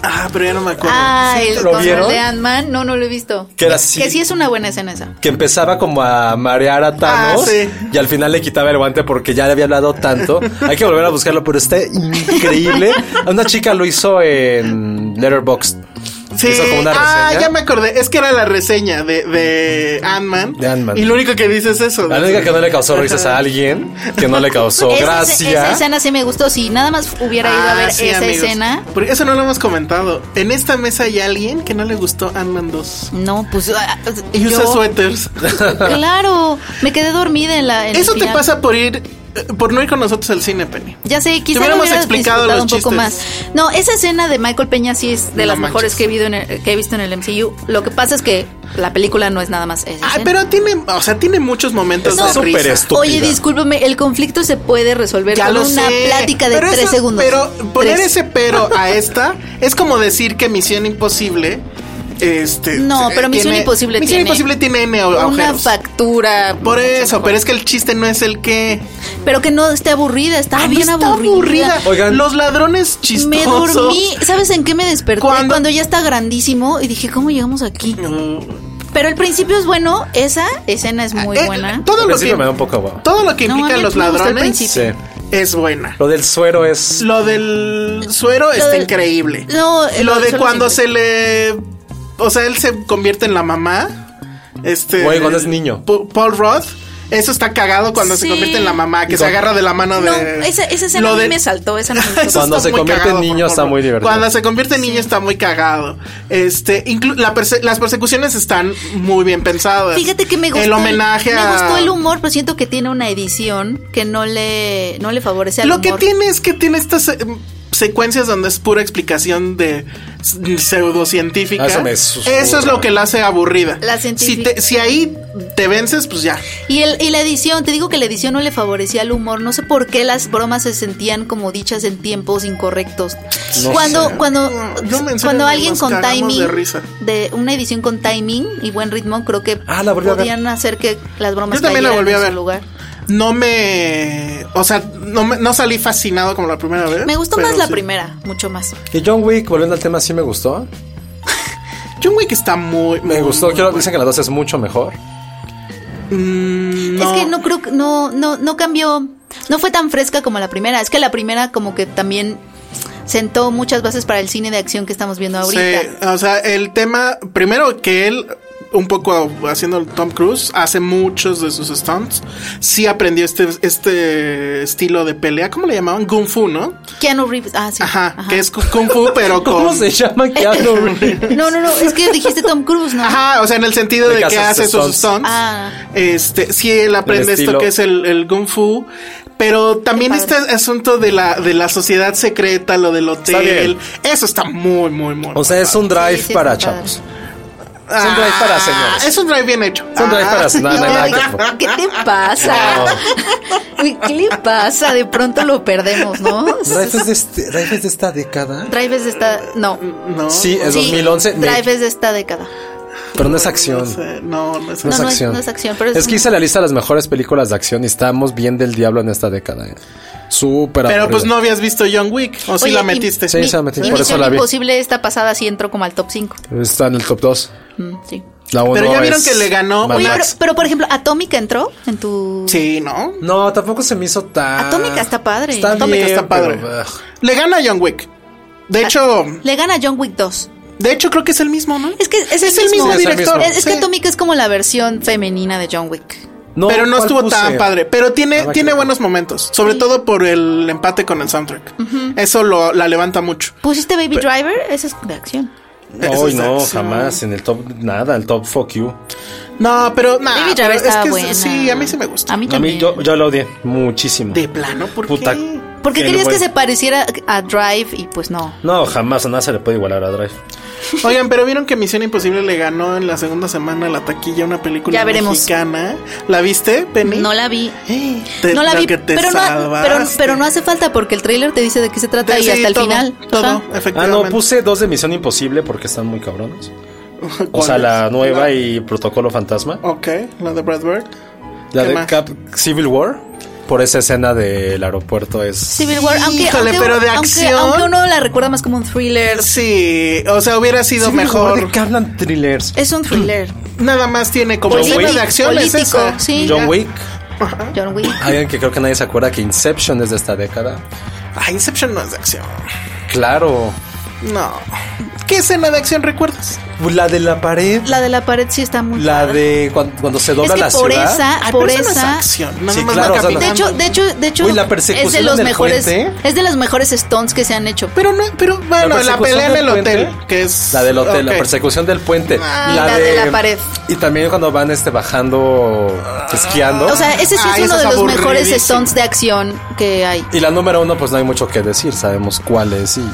Ah, pero ya no me acuerdo.
Ah,
Sí,
el
¿lo
con el
vieron?
de Ant-Man, no, no lo he visto.
Que era así.
Que sí es una buena escena esa.
Que empezaba como a marear a Thanos
Ah, sí.
y al final le quitaba el guante porque ya le había hablado tanto. Hay que volver a buscarlo, pero está increíble. Una chica lo hizo en Letterboxd.
Sí,
Hizo como una
ah,
reseña.
ya me acordé. Es que era la reseña de, de Ant-Man.
De Ant-Man.
Y lo único que dice es eso.
La única que no le causó risas a alguien, que no le causó
Esa- Esa
gracia.
escena sí me gustó. Si nada más hubiera ido a
Ah,
ver
sí,
esa
amigos.
escena.
Porque eso no lo hemos comentado. En esta mesa hay alguien que no le gustó Ant-Man 2.
No, pues. ah,
Y usa
yo-
suéteres.
Claro, me quedé dormida en la. en el
eso te
final.
pasa por ir, eh, por no ir con nosotros al cine, Penny.
Ya sé, quizá lo
hubiéramos
hubieras
explicado
disfrutado un
los
poco más.
chistes.
No, esa escena de Michael Peña sí es de
No
las
manches.
mejores que he, vivido en el- que he visto en el MCU. Lo que pasa es que la película no es nada más esa
Ah,
escena.
pero tiene, o sea, tiene muchos momentos
Está
de
súper
risa.
estúpida.
Oye, discúlpame, el conflicto se puede resolver
Ya
con
lo
una
sé.
plática de
Pero
tres
eso-
segundos.
Pero poner
Tres.
ese pero a esta es como decir que Misión Imposible. Este,
No, pero
eh,
Misión
tiene-
Imposible
Misión
tiene
Imposible tiene N
Una
agujeros.
factura.
Por eso, pero es que el chiste no es el que.
Pero que no esté aburrida, está
Ah, no
bien
está
aburrida.
Oigan.
los ladrones chistosos.
Me dormí, ¿sabes en qué me desperté?
¿Cuándo?
Cuando ya está grandísimo y dije, ¿cómo llegamos aquí?
Mm,
Pero el principio es bueno, esa escena es muy
Eh,
buena.
Al
Todo lo
principio
que
me da un poco guau.
todo lo que
No, a
implican
mí
los
me gustó el
ladrones
Sí.
principio.
es buena.
Lo del suero es.
Lo del suero está
del-
increíble.
No, eh,
lo
lo del
de
suero
cuando
sí.
se le. O sea, él se convierte en la mamá. Este.
Güey, cuando es niño.
Pu- Paul Roth. Eso está cagado cuando se
Sí.
convierte en la mamá, que
Y
se
cuando-
agarra de la mano de.
No, esa, esa escena
Lo
a mí
de-
me saltó, esa no me
Eso
gustó.
Cuando
está
se
muy
convierte en
por
niño está
favor.
muy divertido.
Cuando se convierte en niño está muy cagado. Este, inclu- la perse- las persecuciones están muy bien pensadas.
Fíjate que me gustó
el homenaje a
me gustó el humor, pero siento que tiene una edición que no le no le favorece al
Lo
humor.
que tiene es que tiene estas eh, secuencias donde es pura explicación de s- pseudocientífica.
Ah, eso me susurra.
Eso es lo que la hace aburrida.
La científica.
Si, te- si ahí te vences, pues ya.
Y, el, y la edición, te digo que la edición no le favorecía el humor. No sé por qué las bromas se sentían como dichas en tiempos incorrectos.
No
cuando
sé.
cuando,
No, yo me enseño
cuando
que
alguien
nos
con
cagamos
timing,
de risa.
de una edición con timing y buen ritmo, creo que
Ah, la volví a ver.
podían hacer que las bromas
Yo también la
cayeran
volví a
en su
ver.
lugar.
No me. O sea, no, me- no salí fascinado como la primera vez.
Me gustó
¿Eh? pero
más la
sí.
primera, mucho más.
Que John Wick, volviendo al tema, sí me gustó.
John Wick está muy.
Me
muy,
gustó.
Mm, muy
Quiero,
bueno.
dicen que la 2 es mucho mejor.
Mm,
Es que no creo que no, no, no cambió, no fue tan fresca como la primera. Es que la primera como que también sentó muchas bases para el cine de acción que estamos viendo ahorita.
Sí, o sea, el tema, primero que él, un poco haciendo el Tom Cruise, hace muchos de sus stunts. Sí aprendió este, este estilo de pelea, ¿cómo le llamaban? Kung Fu, ¿no?
Keanu Reeves, ah, sí.
Ajá, que es Kung Fu, pero con...
¿Cómo se llama Keanu Reeves?
No, no, no, es que dijiste Tom Cruise, ¿no?
Ajá, o sea, en el sentido
De
de,
que
que
hace
hace
sus
sus
stunts.
stunts.
Ah.
Este, sí, él aprende esto
estilo.
que es el, el Kung Fu. Pero también
Qué
este
padre.
asunto de la, de la sociedad secreta, lo del hotel.
bien.
Eso está muy, muy, muy.
O sea, es un drive
Sí, sí,
para
está padre.
chavos. Es un drive para señores.
Ah, Es un drive bien hecho. Ah,
Es un drive para-
sí.
no, no, no, hay que-
¿Qué te pasa? Uy, ¿Qué le pasa? De pronto lo perdemos, ¿no?
Drive es de, este- Drive es de esta década.
Drive es de esta... No.
No,
Sí, es
Sí,
2011. me-
Drive es de esta década.
pero no es acción.
no sé, no, no es
No, es
no es-
acción.
no es acción, pero es
que
un-
hice la lista de las mejores películas de acción y estamos bien del diablo en esta década. eh. Súper
Pero
aburrida.
pues no habías visto John Wick, o si
Oye,
la
y-
metiste.
Sí,
mi-
esa la metí,
y
por eso
Misión
la vi.
Imposible esta pasada sí entró como al top 5.
Está en el top 2.
sí.
La
Pero
uno
ya vieron
es
que le ganó
Mad
Oye,
una-
pero,
Max.
pero, por ejemplo, Atómica entró en tu...
Sí, ¿no?
No, tampoco se me hizo tan.
Atómica está padre.
Está
Atómica
bien,
está padre.
pero, ugh.
Le gana a John Wick.
Ah.
De hecho,
Le gana a John Wick 2.
de hecho creo que es el mismo, ¿no?
Es que es el
Es el
mismo,
Sí,
mismo
es el
director.
mismo.
Es, es que
Sí.
Atómica es como la versión femenina de John Wick.
pero no
¿cuál
estuvo tan
puse?
padre. Pero tiene,
Nada
tiene
que-
buenos momentos. Sobre todo por el empate con el soundtrack. Eso lo, la levanta mucho.
¿Pusiste Baby Driver? Esa es de acción.
Eso
Ay,
es
no,
acción.
jamás. En el top, nada, el top fuck you.
No, pero nada.
Baby Driver estaba buena.
Sí, a mí sí me gusta.
A mí
A mí
también.
yo, yo lo odié muchísimo.
De plano, ¿por
Puta.
qué?
Porque
Qué
querías que
bueno.
se pareciera a Drive y pues no.
No, jamás, a nada se le puede igualar a Drive. Ah,
Oigan, pero vieron que Misión Imposible le ganó en la segunda semana a la taquilla una película
Ya veremos.
mexicana. ¿La viste, Penny?
No la vi.
Eh, te-
no la vi,
que te
pero no, pero,
salvaste.
pero no hace falta porque el tráiler te dice de qué se trata y
Sí,
hasta el
todo,
final.
Todo,
Ajá. pues,
Ah,
efectivamente.
no, puse dos de Misión Imposible porque están muy cabrones. O
¿Cuál
sea,
es?
la nueva y Protocolo Fantasma.
Ok, la de Brad Bird.
La
¿qué
de
más?
Cap Civil War. Por esa escena del aeropuerto es.
Civil War, aunque,
Híjole,
aunque-
pero de
aunque-
acción.
aunque uno la recuerda más como un thriller.
Sí, o sea, hubiera sido
Civil War,
mejor.
¿De qué hablan thrillers?
Es un thriller.
Nada más tiene como
John
escena
Wick.
de acción es
Político,
esa.
sí.
John
ya.
Wick.
Ah.
John Wick.
Alguien que creo que nadie se acuerda que Inception es de esta década.
Ah, Inception no es de acción.
Claro.
No. ¿Qué escena de acción recuerdas?
La de la pared.
La de la pared sí está muy
La
padre.
de cuando, cuando se dobla
Es que
la
por
ciudad.
esa,
Ay,
por
pero eso no es
Ah, esa.
acción, nada
Sí,
más
claro,
va
o sea, la-
de
caminando.
hecho, de hecho, de hecho,
Uy, la
es
persecución
de los
en el
mejores,
puente.
es de los mejores stunts que se han hecho. Pues,
Pero no, pero bueno, la,
persecución
pelea en
del
el hotel,
puente.
que es
La del hotel, la
ok.
persecución del puente.
Ah, la de la pared.
Y también cuando van este bajando, esquiando.
O sea, ese sí
Ah,
es uno
eso
de
es
los mejores
aburridísimo.
stunts de acción que hay.
y la número uno, pues no hay mucho que decir. Sabemos cuál es y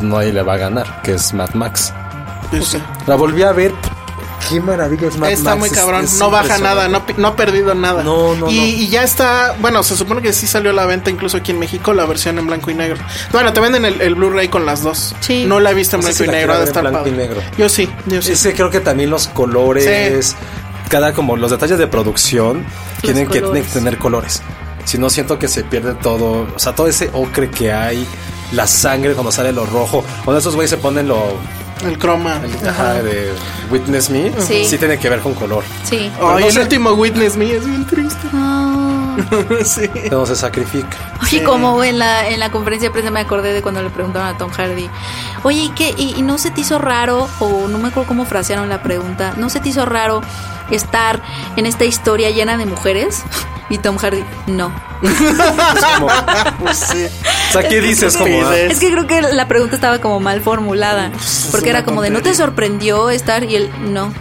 nadie le va a ganar, que es Mad Max.
Pues sí.
La volví a ver. Qué maravilla es Mad
Está
Max.
muy
es-
cabrón,
es
no baja
impresionante.
nada, no, pi- no ha perdido nada.
No, no,
y,
no.
y ya está, bueno, se supone que sí salió a la venta incluso aquí en México la versión en blanco y negro. Bueno, te venden el, el Blu-ray con las dos.
Sí.
No la he visto en
No sé
blanco
si
y
la quiero
negro, ha de
ver en
estar
blanco y
padre.
negro.
Yo sí, yo sí.
Ese creo que también los colores, cada como los detalles de producción tienen que, tienen
colores.
que tener colores. Si no siento que se pierde todo, o sea, todo ese ocre que hay, la sangre cuando sale lo rojo, cuando esos güeyes se ponen lo
El croma.
el- ajá, de Witness Me,
Sí.
sí. tiene que ver con color.
Sí.
Ay,
no
el
sé.
último Witness Me es bien triste.
Ah.
sí.
No se sacrifica.
Oye, como en la, en la conferencia de prensa me acordé de cuando le preguntaron a Tom Hardy, oye, ¿y, qué, y, y no se te hizo raro, o no me acuerdo cómo frasearon la pregunta, no se te hizo raro estar en esta historia llena de mujeres? Y Tom Hardy, no.
Es como, o
Pues sí.
sea, ¿qué dices? Como, ah,
Es-
Es que creo que la pregunta estaba como mal formulada, porque
Pues, una
era como de, ¿no te
tontería.
sorprendió estar? Y él, no.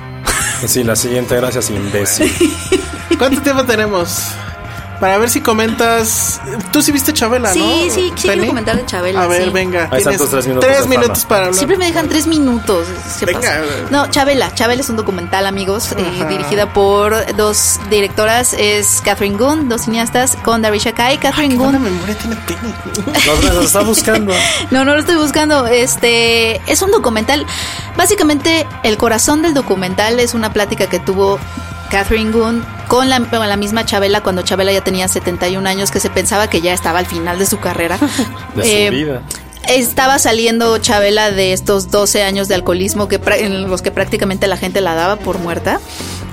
sí, la siguiente, gracias, imbécil.
¿Cuánto tiempo tenemos? Para ver si comentas. Tú sí viste Chabela,
Sí,
Ah, ¿no?
sí, sí quiero
Penny?
comentar de Chabela.
A ver,
sí.
venga.
Ahí están
tienes
tus tres minutos de fama.
minutos para hablar.
Siempre me dejan tres minutos. ¿qué
Venga.
pasa? No, Chabela. Chabela es un documental, amigos, eh, dirigida por dos directoras. Es Catherine Gunn, dos cineastas, con Darisha Kai. Catherine
Una
Gunn.
memoria tiene Penny.
Nos, nos está buscando.
No, no lo estoy buscando. Este es un documental. Básicamente, el corazón del documental es una plática que tuvo Catherine Gunn con la, con la misma Chabela cuando Chabela ya tenía 71 años, que se pensaba que ya estaba al final de su carrera.
De su
Eh,
vida.
Estaba saliendo Chabela de estos 12 años de alcoholismo que pra- en los que prácticamente la gente la daba por muerta.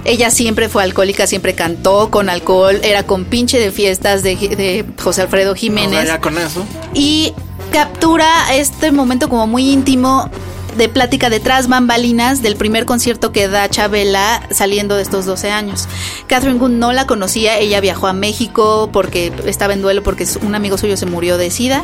Ella siempre fue alcohólica, siempre cantó con alcohol, era con pinche de fiestas de, Gi- de José Alfredo
O sea,
Jiménez
ya con eso.
y captura este momento como muy íntimo de plática detrás bambalinas del primer concierto que da Chabela saliendo de estos 12 años. Catherine Gunn no la conocía, ella viajó a México porque estaba en duelo porque un amigo suyo se murió de sida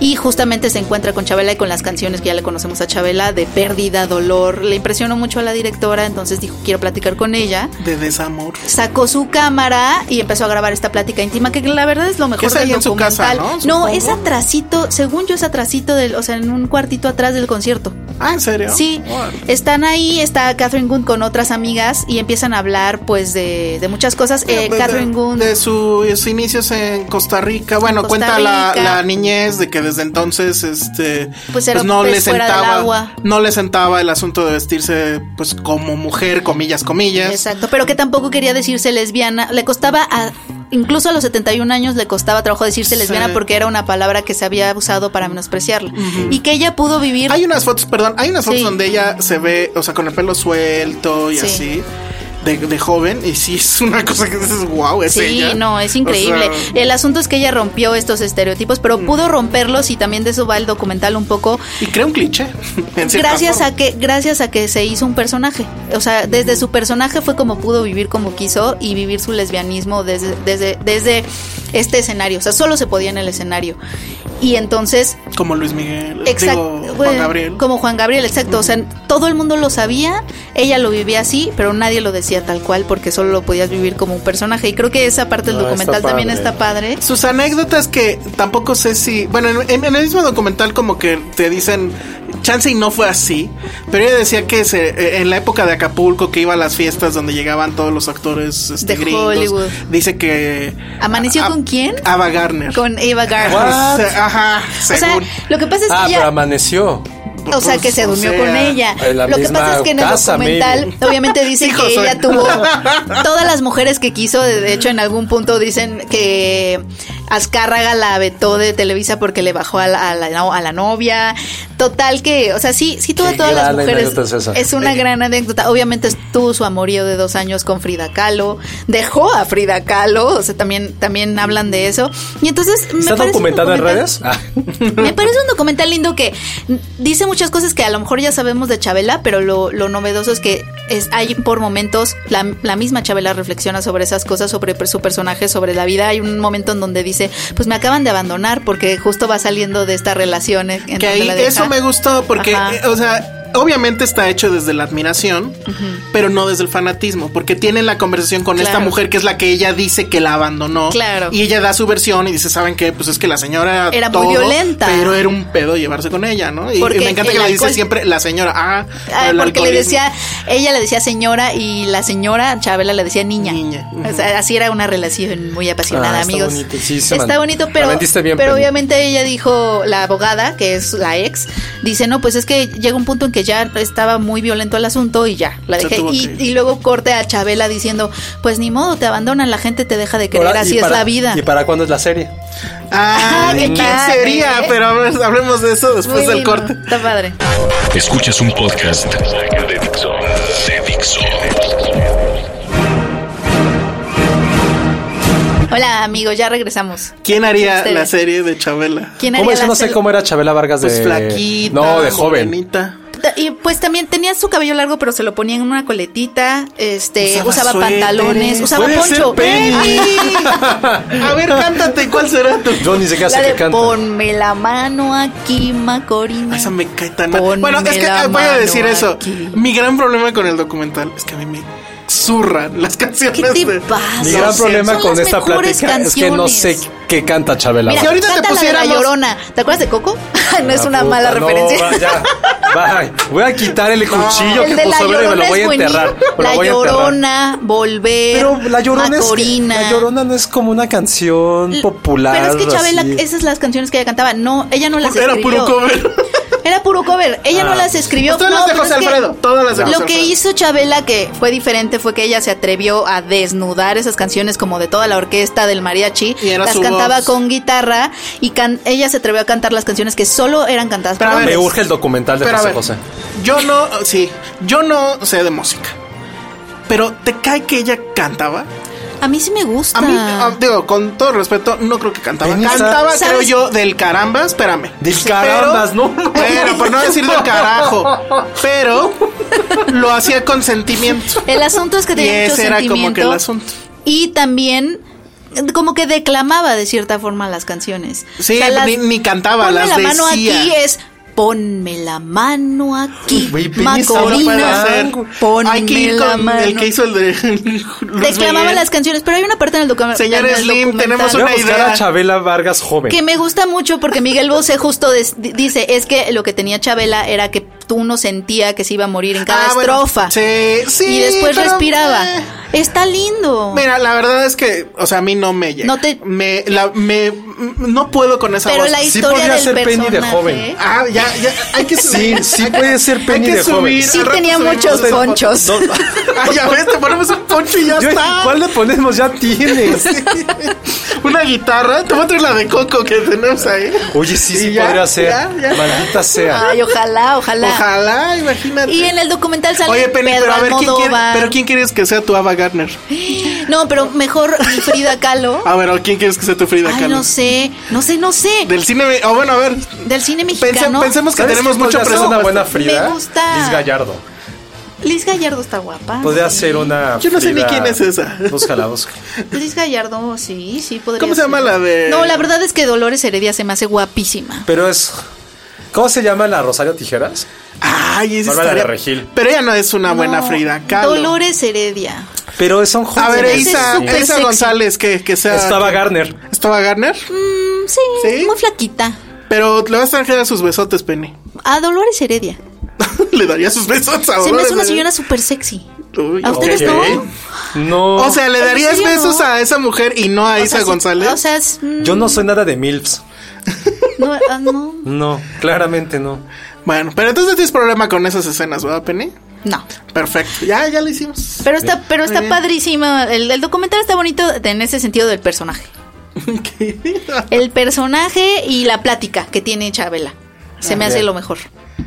y justamente se encuentra con Chabela y con las canciones que ya le conocemos a Chabela de pérdida, dolor. Le impresionó mucho a la directora, entonces dijo, quiero platicar con ella.
De desamor.
Sacó su cámara y empezó a grabar esta plática íntima, que la verdad es lo mejor
Es ahí
del
en su casa,
documental.
¿no? Supongo.
es atrasito, según yo es atrasito del, o sea, en un cuartito atrás del concierto.
Ah, ¿en serio?
Sí,
Órale.
están ahí, está Catherine Gunn con otras amigas y empiezan a hablar pues de, de muchas cosas. Eh,
pues, de,
Catherine Gunn
de su- sus inicios en Costa Rica. Bueno,
En Costa
cuenta la,
Rica.
la niñez de que desde entonces este
Pues era un pez fuera del agua.
no le sentaba el asunto de vestirse pues como mujer, comillas, comillas.
Exacto, pero que tampoco quería decirse lesbiana. Le costaba, a- incluso a los 71 años le costaba trabajo decirse
Sí.
lesbiana porque era una palabra que se había usado para menospreciarla. Y que ella pudo vivir...
Hay unas fotos, perdón, hay unas fotos
Sí.
donde ella se ve, o sea, con el pelo suelto y
Sí.
así. De, de joven, y sí, es una cosa que dices, wow, es
Sí,
ella".
no, es
O
increíble.
sea, Mm.
el asunto es que ella rompió estos estereotipos, pero pudo romperlos y también de eso va el documental un poco.
y crea un cliché. en cierta
Gracias
forma.
a que gracias a que se hizo un personaje. O sea, desde su personaje fue como pudo vivir como quiso y vivir su lesbianismo desde desde desde este escenario, o sea, solo se podía en el escenario. Y entonces
Como Luis Miguel.
Exacto,
digo, Juan
bueno,
Gabriel.
como Juan Gabriel, exacto. O sea, todo el mundo lo sabía, ella lo vivía así, pero nadie lo decía tal cual porque solo lo podías vivir como un personaje. Y creo que esa parte
Ah,
del
está
documental también
padre.
está padre.
Sus anécdotas que tampoco sé si. Bueno, en, en- en el mismo documental, como que te dicen. Chance y no fue así. Pero ella decía que se, eh, en la época de Acapulco, que iba a las fiestas donde llegaban todos los actores este,
De
gringos,
Hollywood.
Dice que.
¿Amaneció
a-
con quién?
Ava Garner.
Con Eva Gardner.
What?
Se- Ajá,
O sea,
según.
lo que pasa es que
Ah, pero
ella,
amaneció.
o sea, que se
pues, o
durmió
sea,
con ella.
en la
Lo que
misma
pasa es que en el
casa,
documental,
maybe.
obviamente dice
Hijo,
que
soy-
ella tuvo todas las mujeres que quiso. De de hecho, en algún punto dicen que Azcárraga la vetó de Televisa porque le bajó a la, a la, no- a la novia. Total que, o sea, sí, sí tuvo
Qué
todas las
gran
mujeres.
anécdota es esa.
es una gran anécdota. Obviamente tuvo su amorío de dos años con Frida Kahlo. Dejó a Frida Kahlo. O sea, también, también hablan de eso. Y entonces me
¿Está
parece un
documentado en
documental-
redes? Ah,
me parece un documental lindo que dice muchas cosas que a lo mejor ya sabemos de Chabela, pero lo, lo novedoso es que es, hay por momentos, la, la misma Chabela reflexiona sobre esas cosas, sobre per- su personaje, sobre la vida. Hay un momento en donde dice, pues me acaban de abandonar porque justo va saliendo de esta relación. en- en
que
donde
ahí
la deja.
eso me gustó porque,
Ajá.
eh, o sea, obviamente está hecho desde la admiración, pero no desde el fanatismo, porque tienen la conversación con esta
Claro.
mujer que es la que ella dice que la abandonó.
Claro.
Y ella da su versión y dice, ¿saben qué? Pues es que la señora
Era muy violenta.
Pero era un pedo llevarse con ella, ¿no? Y, y
Porque
me encanta que
el
le dice
alcohol-
siempre la señora, ah,
Ah,
el
porque le
alcoholismo.
decía, ella le decía señora y la señora Chabela le decía niña.
Niña.
O sea, así era una relación muy apasionada,
Ah, está
amigos.
bonito. Sí, se
está
man-
bonito,
la
pero,
vendiste bien,
pero
Penny.
obviamente ella dijo, la abogada, que es la ex, dice, no, pues es que llega un punto en que ya estaba muy violento el asunto y ya, la
Se
dejé.
tuvo
Y,
que ir.
y luego corte a Chabela diciendo, pues ni modo, te abandonan, la gente te deja de querer,
ahora,
así
¿y
es
para-
la vida.
¿Y para cuándo es la serie?
Ah,
Ah,
¿de
qué
quién
padre.
sería? Pero a ver, hablemos de eso después
Muy
del
lindo,
corte.
Está padre.
Escuchas un podcast de Dixo. De Dixo.
Hola, amigos, ya regresamos.
¿Quién haría
Ustedes.
la serie de Chabela?
¿Quién
¿Cómo
haría
es que
la
no sé
cel-
cómo era Chabela Vargas de.
Pues flaquita.
No, de joven.
morenita.
Ta- Y pues también tenía su cabello largo, pero se lo ponía en una coletita, este,
Usaba
usaba,
suéteres.
pantalones, usaba
Puede ser
poncho.
Penny.
Ay,
A ver, cántate, ¿cuál será tu
Yo ni siquiera
la
sé
de
qué canta.
ponme la mano aquí, Macorina.
Ay, Esa me cae tan mal.
Ponme
Bueno, es que
la
ah, voy a
mano
decir eso.
aquí.
Mi gran problema con el documental es que a mí me zurran las
¿Qué
canciones
te
de.
pasa?
Mi gran
Son
problema
las
con esta
mejores
plática es que no sé
canciones.
qué canta Chabela.
Mira,
Si ahorita te
canta la de
pusiéramos-
la llorona. ¿Te acuerdas de Coco? no es una
Ah, Puta,
mala
no,
referencia.
va, ya. Bye. Voy a quitar el cuchillo
El
que
de la
puso verde y me
llorona
lo voy a
es buenísimo.
enterrar. Me lo
La
voy a enterrar.
llorona, volver.
Pero la llorona, es que-
Macorina.
la llorona no es como una canción popular.
Pero es que Chabela,
así.
esas las canciones que ella cantaba, no, ella no las
Era
escribió.
puro cover.
Era puro cover. Ella no las escribió.
Ah. Pues Todas
no,
las de
pero
José
es que
Alfredo, todas las de José
Lo que
Alfredo.
hizo Chabela que fue diferente fue que ella se atrevió a desnudar esas canciones como de toda la orquesta del mariachi.
Y era
las
su
cantaba
voz.
con guitarra y can- ella se atrevió a cantar las canciones que solo eran cantadas
Pero a
por
ver,
hombres.
Me urge el documental de
Pero a
José
ver,
José.
yo no, sí, yo no sé de música. Pero te cae que ella cantaba.
A mí sí me gusta.
A mí, ah, digo, con todo respeto, no creo que cantaba.
En esa-
Cantaba, creo
¿Sabes?
yo, del caramba, espérame.
Del carambas,
pero,
¿no?
Pero, por no decir del carajo. Pero lo hacía con sentimiento.
El asunto es que
Y
tenía mucho
ese era como que
sentimiento.
el asunto.
Y también eh, como que declamaba de cierta forma las canciones.
Sí, ni- ni cantaba,
ponme
las
la mano
decía.
aquí es ponme la mano aquí,
Güey, Pini
No puede
Macorina.
ser.
Ponme
Hay que ir
la
con
mano.
el que hizo el de. Luis
Declamaba
Miguel.
las canciones, pero hay una parte en el, docu-
Señor
en el
Slim,
documental
tenemos
Voy a
una
buscar
idea.
a Chabela Vargas joven.
que me gusta mucho porque Miguel Bosé justo des- di- dice es que lo que tenía Chabela era que uno sentía que se iba a morir en cada
Ah, bueno,
estrofa
sí, sí,
y después
pero,
respiraba.
eh.
Está lindo.
Mira, la verdad es que, o sea, a mí no me llega.
No te-
Me, la, me, m- no puedo con esa
pero
voz.
la
Sí
historia
podría
del
ser Penny de
personaje
joven.
Ah, ya, ya, hay que
Sí,
subir.
sí puede ser
Hay
Penny
que
de joven.
subir.
Sí
Al rato
tenía
subimos
muchos
esa foto.
ponchos.
Ah, ya ves, te ponemos un poncho y ya
Yo-
está.
¿Cuál le ponemos? Ya tienes.
Una guitarra. Te voy a traer la de Coco que tenemos ahí.
Oye, sí, sí
Y ya,
podría ser.
ya, ya. Ah.
Maldita sea.
Ay, ojalá, ojalá.
Ojalá, imagínate.
Y en el documental sale
Oye, Penny,
Pedro
pero a ver, ¿quién quiere-
Almodóvar.
pero ¿quién quieres que sea tu Ava Gardner?
No, pero mejor mi Frida Kahlo.
A ver, ¿o ¿quién quieres que sea tu Frida
Ay,
Kahlo?
no sé, no sé, no sé.
Del cine. me- O bueno, a ver.
Del cine
pense-
mexicano.
pensemos que
¿Sabes
tenemos
quién
mucho
podría ser
presupuesto.
una buena Frida.
Me gusta.
Liz Gallardo.
Liz Gallardo está guapa.
Podría
sí.
ser una.
Yo no sé ni
Frida-
quién es esa.
Búscala, búscala.
Liz Gallardo, sí, sí, podría
¿Cómo se
ser.
llama la de-
No, la verdad es que Dolores Heredia se me hace guapísima.
Pero es. ¿Cómo se llama la Rosario Tijeras?
Ay, esa
Bárbara de
estaría-
Regil.
Pero ella no es una buena
No,
Frida Kahlo.
Dolores Heredia.
Pero son
A
jóvenes.
ver,
Ese es
Isa,
súper
Isa
sexy.
González, que, que sea.
Estaba
que-
Garner.
Estaba Garner.
Mm, sí,
¿Sí?
muy flaquita.
Pero le vas a dar sus besotes, Penny.
A Dolores Heredia.
le daría sus besos a
Se me
Dolores,
hace una
¿eh?
señora súper sexy.
Uy,
¿A ustedes
ok.
no?
No.
O sea, le
Oye,
darías
sí, ¿no?
besos a esa mujer y no a
O sea,
Isa
sí,
González.
O sea, es, mm,
yo no soy nada de MILFs.
no, ah, no.
No, claramente no.
bueno, pero entonces tienes problema con esas escenas, ¿verdad, Penny?
No.
Perfecto. Ya, ya lo hicimos.
Pero está, pero está
Muy bien.
padrísima. El, el documental está bonito en ese sentido del personaje. El personaje y la plática que tiene Chabela. Se
Ah,
me hace lo mejor.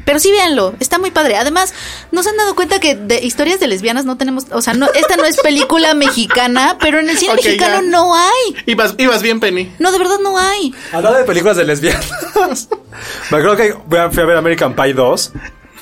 Pero sí véanlo, está muy padre. Además, ¿no se han dado cuenta que de historias de lesbianas no tenemos, o sea, no, esta no es película mexicana, pero en el cine
Ok,
mexicano
ya.
no hay.
ibas, ibas bien, Penny.
No, de verdad no hay.
Hablando de películas de lesbianas. Me acuerdo que fui a, fui a ver American Pie 2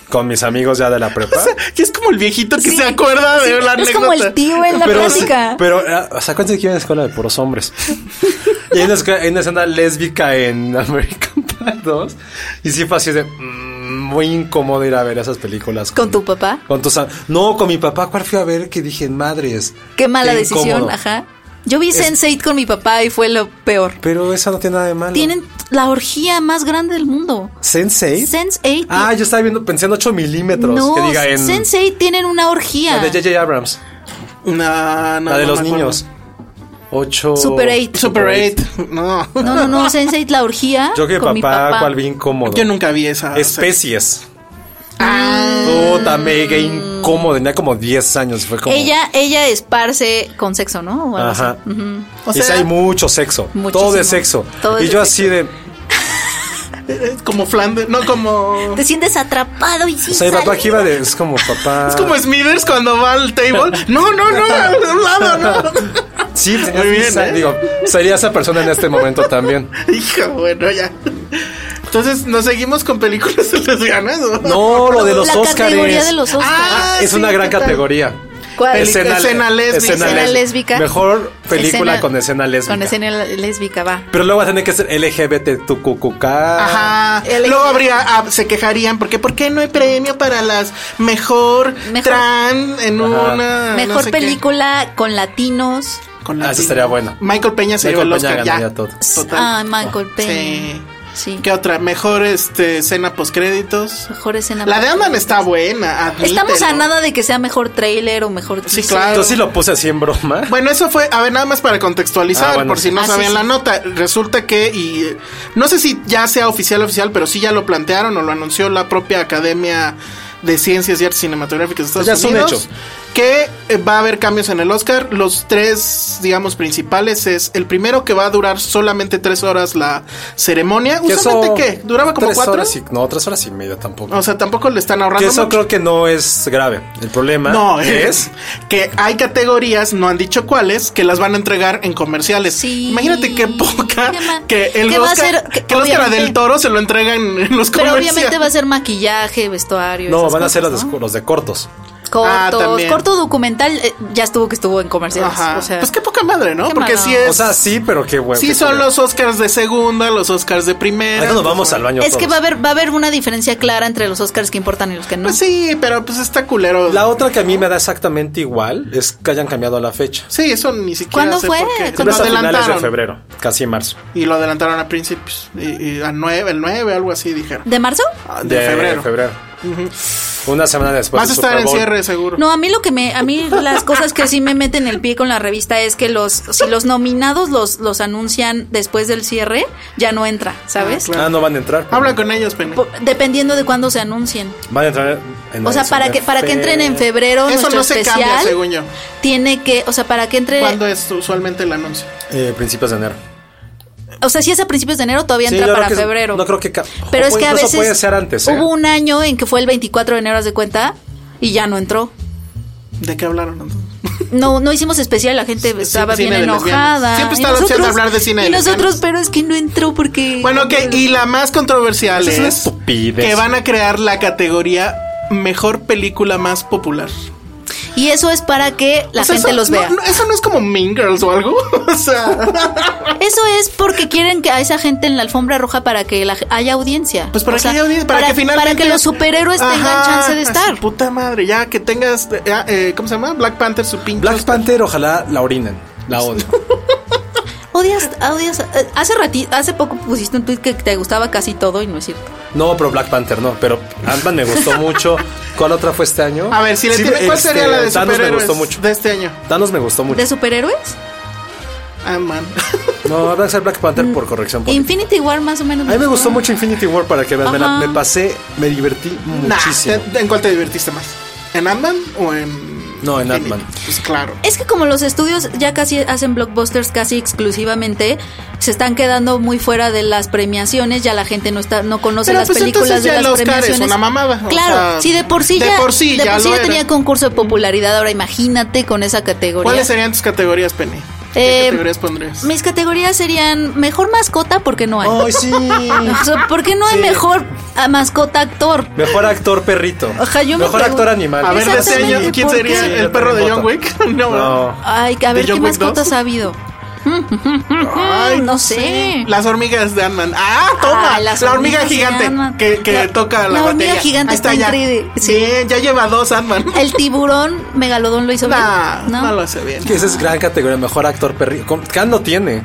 con mis amigos ya de la prepa.
Que es como el viejito que
Sí.
se acuerda de
Sí,
la
es
anécdota.
como el tío en la
pero,
plática.
pero eh, o sea, acuérdense que iba a una escuela de puros hombres. y hay una, escuela- hay una escena lésbica en American Pie 2. Y sí fue así de mm, muy incómodo ir a ver esas películas.
Con tu papá.
Con tus am- no, con mi papá, ¿cuál fui a ver? Que dije, madres.
Qué mala
incómodo".
decisión, ajá. Yo vi Sense8 con mi papá y fue lo peor.
Pero esa no tiene nada de malo.
Tienen la orgía más grande del mundo.
Sensei.
Sense8.
Ah, yo estaba viendo, pensé en 8 milímetros.
no,
que diga en.
Sense8 tienen una
La
orgía.
de J.J. Abrams.
No, no.
la de
no
los
me acuerdo.
niños. 8.
Super 8.
Super 8. No.
No, no, no, Sense8 la orgía.
Yo que
con mi
papá, cual bien incómodo.
Yo nunca vi esa.
Especies.
Ah.
Puta, mega incómodo. Tenía como 10 años. Fue como.
Ella, ella esparce con sexo, ¿no? O algo así.
Ajá.
O
y sí
sea,
hay mucho sexo. Todo
Muchísimo.
de sexo.
Todo
y
es
yo
de
así de.
es como Flanders. No, como.
Te sientes atrapado y sin
O sea, mi papá
salida.
aquí iba de. Es como papá.
Es como Smithers cuando va al table. No, no, no, de un lado, no.
Sí,
Muy bien,
sí,
¿eh?
Digo, sería esa persona en este momento también.
Hija, bueno, ya. Entonces, ¿nos seguimos con películas lesbianas? o?
No, lo de los
La
Óscares.
categoría de los Oscars.
Ah,
Es
sí,
una gran
¿qué tal?
categoría.
¿Cuál?
Escena- escena lésbica.
Escena lésbica.
Mejor película con escena lésbica.
Con escena lésbica, va.
Pero luego va a tener que ser LGBTQQK.
Ajá.
El-
Luego habría, ah, se quejarían porque ¿por qué no hay premio para las mejor,
Mejor-
tran en
Ajá.
una Ah, no
Mejor
sé qué?
película con latinos.
Con
Ah, eso estaría bueno.
Michael Peña se
Michael
llevó el
Peña
Oscar,
ganaría
ya.
todo.
Total.
Ah, Michael Peña.
Sí.
Sí.
¿Qué otra? Mejor este escena postcréditos.
Mejor escena.
La de Ant-Man está buena.
Estamos
admítelo.
a nada de que sea mejor trailer o mejor.
Sí,
teaser.
claro.
Entonces sí lo puse así en broma.
Bueno, eso fue, a ver, nada más para contextualizar,
Ah, bueno.
por si no
Ah, sí,
sabían
sí.
la nota. Resulta que, y eh, no sé si ya sea oficial oficial, pero sí ya lo plantearon o lo anunció la propia Academia de Ciencias y Artes Cinematográficas de Estados
Ya es un
Unidos.
hecho.
Que eh, va a haber cambios en el Oscar. Los tres, digamos, principales es el primero que va a durar solamente tres horas la ceremonia.
Que
¿Usualmente
eso-
qué? ¿Duraba como
tres
cuatro?
horas y- no, tres horas y media tampoco.
O sea, tampoco le están ahorrando.
que eso
mucho.
creo que no es grave. El problema
No, eh.
es
es que hay categorías, no han dicho cuáles, que las van a entregar en comerciales.
Sí.
Imagínate qué poca
Qué mal.
que el
¿Qué va a
Oscar,
ser? Que-
que el Oscar
obviamente-
del Toro se lo entregan en los
Pero
comerciales.
obviamente va a ser maquillaje, vestuario.
no, van
esas
a ser
cosas,
los,
¿no?
de, los de cortos.
Ah,
Cortos.
también.
corto documental eh, ya estuvo que estuvo en comerciales.
Ajá.
O sea,
pues qué poca madre, ¿no?
Qué
Porque
mala
sí es
O sea, sí, pero qué bueno.
sí
qué
son
culero.
los Oscars de segunda, los Oscars de primera.
Ahorita nos vamos al baño.
es que
todos.
va a haber va a haber una diferencia clara entre los Oscars que importan y los que no.
Pues sí, pero pues está culero.
La otra que a mí me da exactamente igual es que hayan cambiado la fecha.
Sí, eso ni siquiera
¿Cuándo
sé
fue?
por qué.
¿Cuándo
Lo
Pero es a finales de
adelantaron.
febrero, casi en marzo.
Y lo adelantaron a principios. Y, y a nueve, el 9, algo así dijeron.
¿De marzo?
Ah, De, febrero.
Una semana después.
Vas a
del
estar
pues, Super
en
Bowl.
cierre, seguro.
No, a mí lo que me, a mí las cosas que sí me meten el pie con la revista es que los, si los nominados los, los anuncian después del cierre, ya no entra, ¿sabes?
Ah, no van a entrar.
Habla con ellos, Penny.
Po- Dependiendo de cuándo se anuncien.
Van a entrar en
O sea, para que, para que entren en febrero
Eso
nuestro
no se
especial, Eh,
cambia, según yo.
tiene que, o sea, para que entre,
¿Cuándo es usualmente el anuncio?
Eh, principios de enero.
o sea, si es a principios de enero todavía
Sí,
entra
yo creo
para
que es-
febrero.
no creo que ca-
Pero
o
es que a
incluso
veces
puede ser antes, ¿eh?
hubo un año en que fue el 24 de enero, haz de cuenta, y ya no entró.
¿De qué hablaron? entonces?
No, no hicimos especial, la gente estaba
cine
bien
de
enojada.
lesbianas. Siempre
Y
está la opción de
nosotros-
hablar de cine de
Y nosotros,
lesbianas.
pero es que no entró porque.
Bueno, ok, y la más controversial
Eso es
es,
una estupidez.
que van a crear la categoría mejor película más popular.
Y eso es para que la
O sea,
gente
Pues eso-
los
no-
vea.
no, eso no es como Mean Girls o algo. O sea,
Eso es porque quieren que a esa gente en la alfombra roja para que la- haya audiencia.
pues para
O sea,
que haya audiencia, para, que finalmente
para que los superhéroes tengan
Ajá,
chance de
a su
estar.
Puta madre, ya que tengas eh, eh, ¿cómo se llama? Black Panther su pinche
Black Panther, ojalá la orinen. La odio.
Odias, odias. eh, Hace rati- hace poco pusiste un tweet que te gustaba casi todo y no es cierto.
No, pero Black Panther no. Pero Ant-Man me gustó mucho. ¿Cuál otra fue este año?
A ver, si le
Sí,
tiene- ¿cuál
este,
sería la de
Thanos
superhéroes
me gustó mucho.
de este año?
Thanos me gustó mucho.
¿De superhéroes?
Ah, man.
No, habrá que ser Black Panther por corrección. política.
Infinity War más o menos.
A mí me gustó mucho Infinity War para que vean. Me, la-
Ajá.
me pasé, me divertí
Nah,
muchísimo.
¿te- ¿En cuál te divertiste más? ¿En Ant-Man o en.?
No, en
Infinity?
Ant-Man.
Pues claro.
Es que como los estudios ya casi hacen blockbusters casi exclusivamente, se están quedando muy fuera de las premiaciones, ya la gente no está no conoce
Pero,
las
pues,
películas
entonces
de
ya
las
el Oscar es
premiaciones.
una mamada, o
Claro,
sea,
si de por sí
de
ya
por sí ya lo
ya
era.
tenía concurso de popularidad, ahora imagínate con esa categoría.
¿Cuáles serían tus categorías, Penny? ¿Qué
Eh,
categorías pondrías?
Mis categorías serían mejor mascota porque no hay.
Oh.
Ay, sí.
O sea, ¿Por qué no hay
Sí.
mejor ah, mascota actor?
Mejor actor perrito.
Ajá, yo me
Mejor
pregunto-
actor animal.
A ver, de ese
exactamente,
año, ¿quién
¿por
sería
qué?
el perro de John
Terremoto.
Wick? No.
No.
Ay, a
¿De
ver qué
John Wick dos?
mascotas ha habido.
Ay,
no sé.
Las hormigas de Ant-Man. ¡Ah, toma!
Ah, las
la hormiga
hormigas de
gigante
Ant-Man.
que, que
La-
toca la,
la hormiga
batería.
gigante
Ahí
está
ya.
increíble, sí.
Bien, ya lleva dos Ant-Man.
El tiburón megalodón lo hizo
Nah,
bien.
no. lo sé bien.
Que esa es gran categoría. Mejor actor perrito. Con- Khan lo tiene.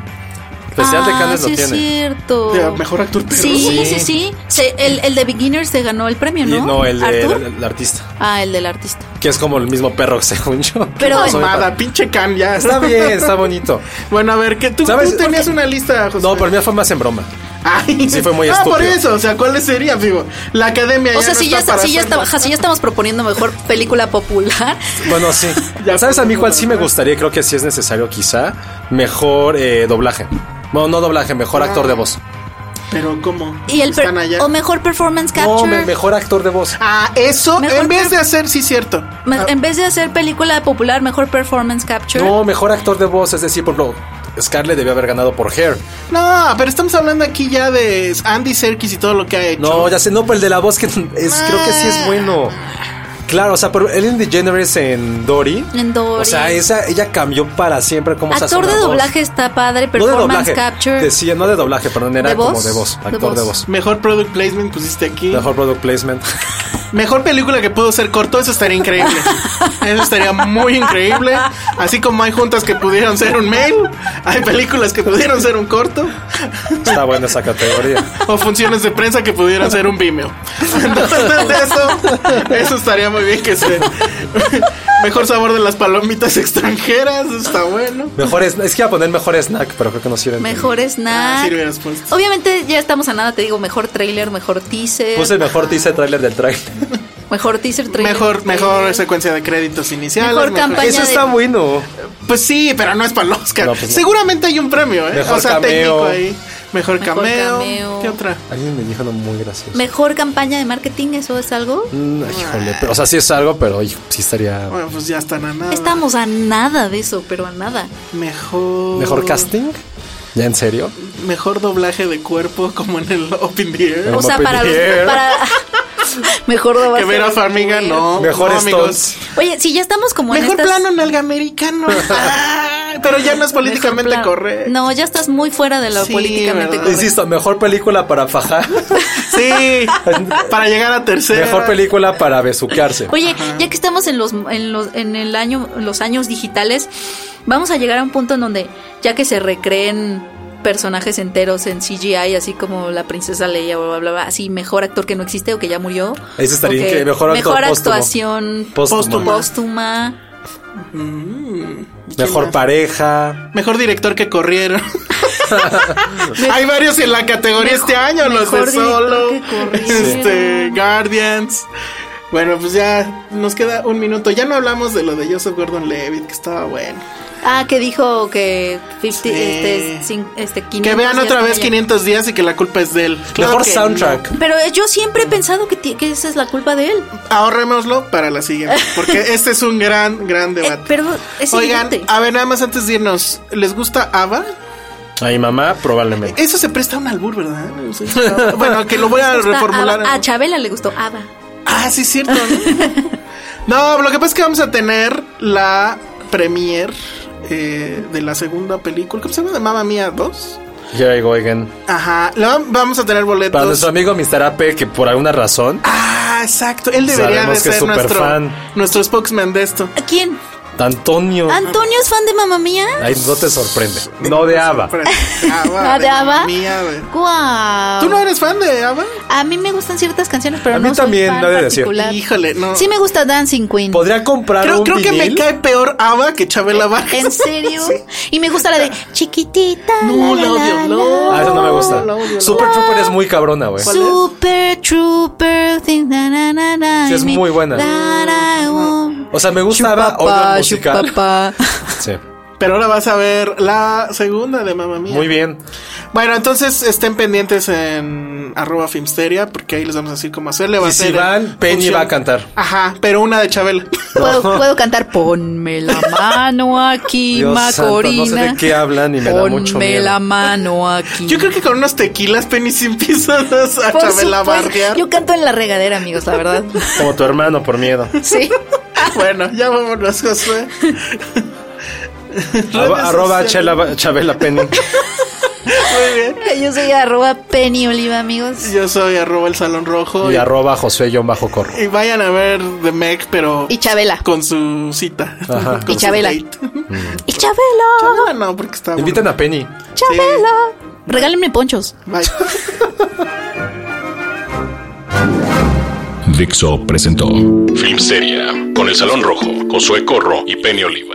Especial de
Ah,
Cannes
sí
lo
es
tiene.
cierto.
De mejor actor perro.
Sí,
Sí.
sí, sí. Se- el, el de Beginners se ganó el premio,
Y
¿no?
no, el, de-
¿Arthur?
el- el artista.
Ah, el del artista.
Que es como el mismo perro, según yo.
Pero-
Soy
Mamada,
fan.
pinche can ya.
Está bien, está bonito.
Bueno, a ver, que tú,
¿Sabes?
tú tenías una lista, José.
No, para mí fue más en broma.
Ay,
Sí, fue muy
Ah, por
estúpido.
eso, o sea, ¿cuáles serían, digo? La academia
O sea,
no
si, ya,
está para
si, ya
hacerlo.
está- ajá, si ya estamos proponiendo mejor película popular.
Bueno, sí.
Ya
¿Sabes a mí
fue
cuál
como
sí
la
me
verdad.
gustaría? Creo que sí es necesario, quizá. Mejor eh, doblaje. Bueno, no doblaje,
Ah.
mejor actor de voz.
Pero ¿cómo?
Y el per-
Están allá.
o mejor performance
No,
capture.
me- mejor actor de voz.
Ah, eso
Mejor
en vez
que-
de hacer sí cierto.
Me- en vez de hacer película popular, mejor performance capture.
No, mejor actor de voz. Es decir, por ejemplo, Scarlett debió haber ganado por Hair.
No, pero estamos hablando aquí ya de Andy Serkis y todo lo que ha hecho.
Ah.
No, ya sé, no, pero el de la voz que es, creo que sí es bueno. Claro, o sea, pero Ellen DeGeneres en Dory.
En Dory.
O sea, esa, ella cambió para siempre como
Actor de doblaje está padre,
No de
performance
doblaje.
capture.
Decía, no de doblaje, perdón, era
¿De
como
voz?
de voz.
De
Actor de
voz.
voz.
Mejor product placement pusiste aquí.
Mejor product placement.
Mejor película que pudo ser corto, eso estaría increíble. Eso estaría muy increíble. Así como hay juntas que pudieron ser un mail, hay películas que pudieron ser un corto,
Está buena esa categoría.
o funciones de prensa que pudieran ser un Vimeo. Entonces eso, eso estaría muy bien que se. Mejor sabor de las palomitas extranjeras, eso está bueno.
Mejor es, es que iba a poner mejor snack, pero creo que no sirve.
Mejor
Ah, sí,
snack.
lo hubieras puesto.
Obviamente ya estamos a nada, te digo, mejor trailer, mejor teaser.
Puse el mejor dice trailer del trailer.
mejor teaser, trailer.
Mejor,
trailer.
mejor secuencia de créditos iniciales.
Mejor campaña.
Eso está
de-
bueno.
Pues sí, pero no es para el Oscar.
No, pues no.
Seguramente hay un premio, ¿eh?
Mejor
o sea,
cameo.
técnico ahí. Mejor,
Mejor
cameo.
cameo.
¿Qué otra?
Alguien me dijo no muy gracioso.
Mejor campaña de marketing, ¿eso es algo?
Mm, ay, híjole, pero- o sea, sí es algo, pero hijo, sí estaría
Mm.
Bueno, pues ya están a nada.
Estamos a nada de eso, pero a nada.
Mejor.
mejor casting. ¿Ya en serio?
Mejor doblaje de cuerpo, como en el Open the Air.
No
O sea, para los...
pidieron.
Para... mejor no va
Que
a
ver a
ser
Farmiga,
mujer.
no.
Mejor
Oh, no,
Stones.
Oye, si ya estamos como en
Mejor
estas...
plano nalga americano. Ah, pero ya no es políticamente
Mejor plan-
correcto.
No, ya estás muy fuera de lo
Sí,
políticamente
¿verdad?
correcto.
Insisto, mejor película para fajar.
Sí. para llegar a tercera.
Mejor película para besuquearse.
Oye, ya que estamos en los en los en el año los años digitales, vamos a llegar a un punto en donde ya que se recreen personajes enteros en CGI, así como la princesa Leia, bla, bla, bla, bla, así mejor actor que no existe o que ya murió.
Eso estaría
o que
increíble, mejor actor póstumo.
actuación
Póstuma.
Póstuma.
póstuma.
Mejor pareja.
Mejor director que corrieron. Hay varios en la categoría
Mejor-
este año, los de
mejor director
solo,
que corrieron.
este, Guardians. Bueno, pues ya nos queda un minuto. Ya no hablamos de lo de Joseph Gordon-Levitt, que estaba bueno.
Ah, que dijo que 50,
Sí.
este, cin- este, 500
Que vean
días
otra
con
vez
ella.
500 días y que la culpa es de él. Claro
mejor
que
soundtrack.
Pero yo siempre he pensado que, ti- que esa es la culpa de él.
no. Ahorrémoslo para la siguiente, porque este es un gran, gran
Eh,
debate.
pero es
Oigan,
evidente.
a ver, nada más antes de irnos, ¿les gusta ABBA?
A mi mamá, probablemente.
Eso se presta a un albur, ¿verdad? No sé. Bueno, que lo voy a
Está
reformular.
Ava- A Chabela le gustó Ava.
Ah, sí, es cierto. ¿no? No, lo que pasa es que vamos a tener la premier eh, de la segunda película. ¿Cómo se llama? Mamma Mía 2.
Here I go again.
Ajá. la vam- vamos a tener
Para nuestro
boletos.
amigo Mr. Ape, que por alguna razón,
Ah, exacto. Él debería de
Sabemos que es
ser nuestro,
superfan.
nuestro spokesman de esto.
¿A quién?
Antonio.
¿Antonio es fan de Mamá Mía?
Ay, no te sorprende. No de Ava.
Pero- Abba,
¿Ah, de
Mamma
Abba?
Mía, de-
¡Guau!
¿Tú no eres fan de Ava?
A mí me gustan ciertas canciones, pero
A mí
no soy
también,
fan
no he de decir.
particular.
Híjole, no.
Sí me gusta Dancing Queen.
Podría comprar
creo
un
creo que me
vinil?
cae peor Ava que Chabela Vargas.
Eh, ¿En serio? Y me gusta la de Chiquitita.
No, la odio, no.
Ah, eso no me gusta.
La odio, la
Super Trooper es muy cabrona, güey.
¿Cuál es?
Super Trooper. thing, na, na, na, na,
Sí, es
me-
muy buena.
that I want.
O sea, me gustaba
Chupapá,
Ava el musical.
chupapá.
Sí.
Pero ahora vas a ver la segunda de Mamma Mía.
Muy bien.
Bueno, entonces estén pendientes en arroba Filmsteria, porque ahí les vamos a decir cómo hacerle. Va
Y
a
si
ser
van,
en
Penny
función-
va a cantar.
Ajá, pero una de Chabela.
¿Puedo, puedo cantar Ponme la mano aquí,
Dios santo,
Macorina.
no sé de qué hablan y me da
Ponme
mucho miedo.
la mano aquí.
Yo creo que con unos tequilas Penny sí empieza a
Por
Chabela
supuesto.
barrear.
Yo canto en la regadera, amigos, la verdad.
Como tu hermano, por miedo.
Sí.
Bueno, ya vámonos, Josué.
Arroba, arroba Chela- Chabela Penny.
Muy bien.
Yo soy arroba Penny Oliva, amigos.
Yo soy arroba el Salón Rojo.
Y arroba Josué John Bajo Corro.
y vayan a ver The Meg, pero
Y Chabela.
con su cita.
Ajá.
Con
Y
su
Chabela.
date.
Y Chabelo.
Chabela no, é porque está...
Invitan a Penny.
Chabelo. Regálenme ponchos.
Bye.
Dixo presentó Film Seria con El Salón Rojo, Josué Corro y Penny Oliva.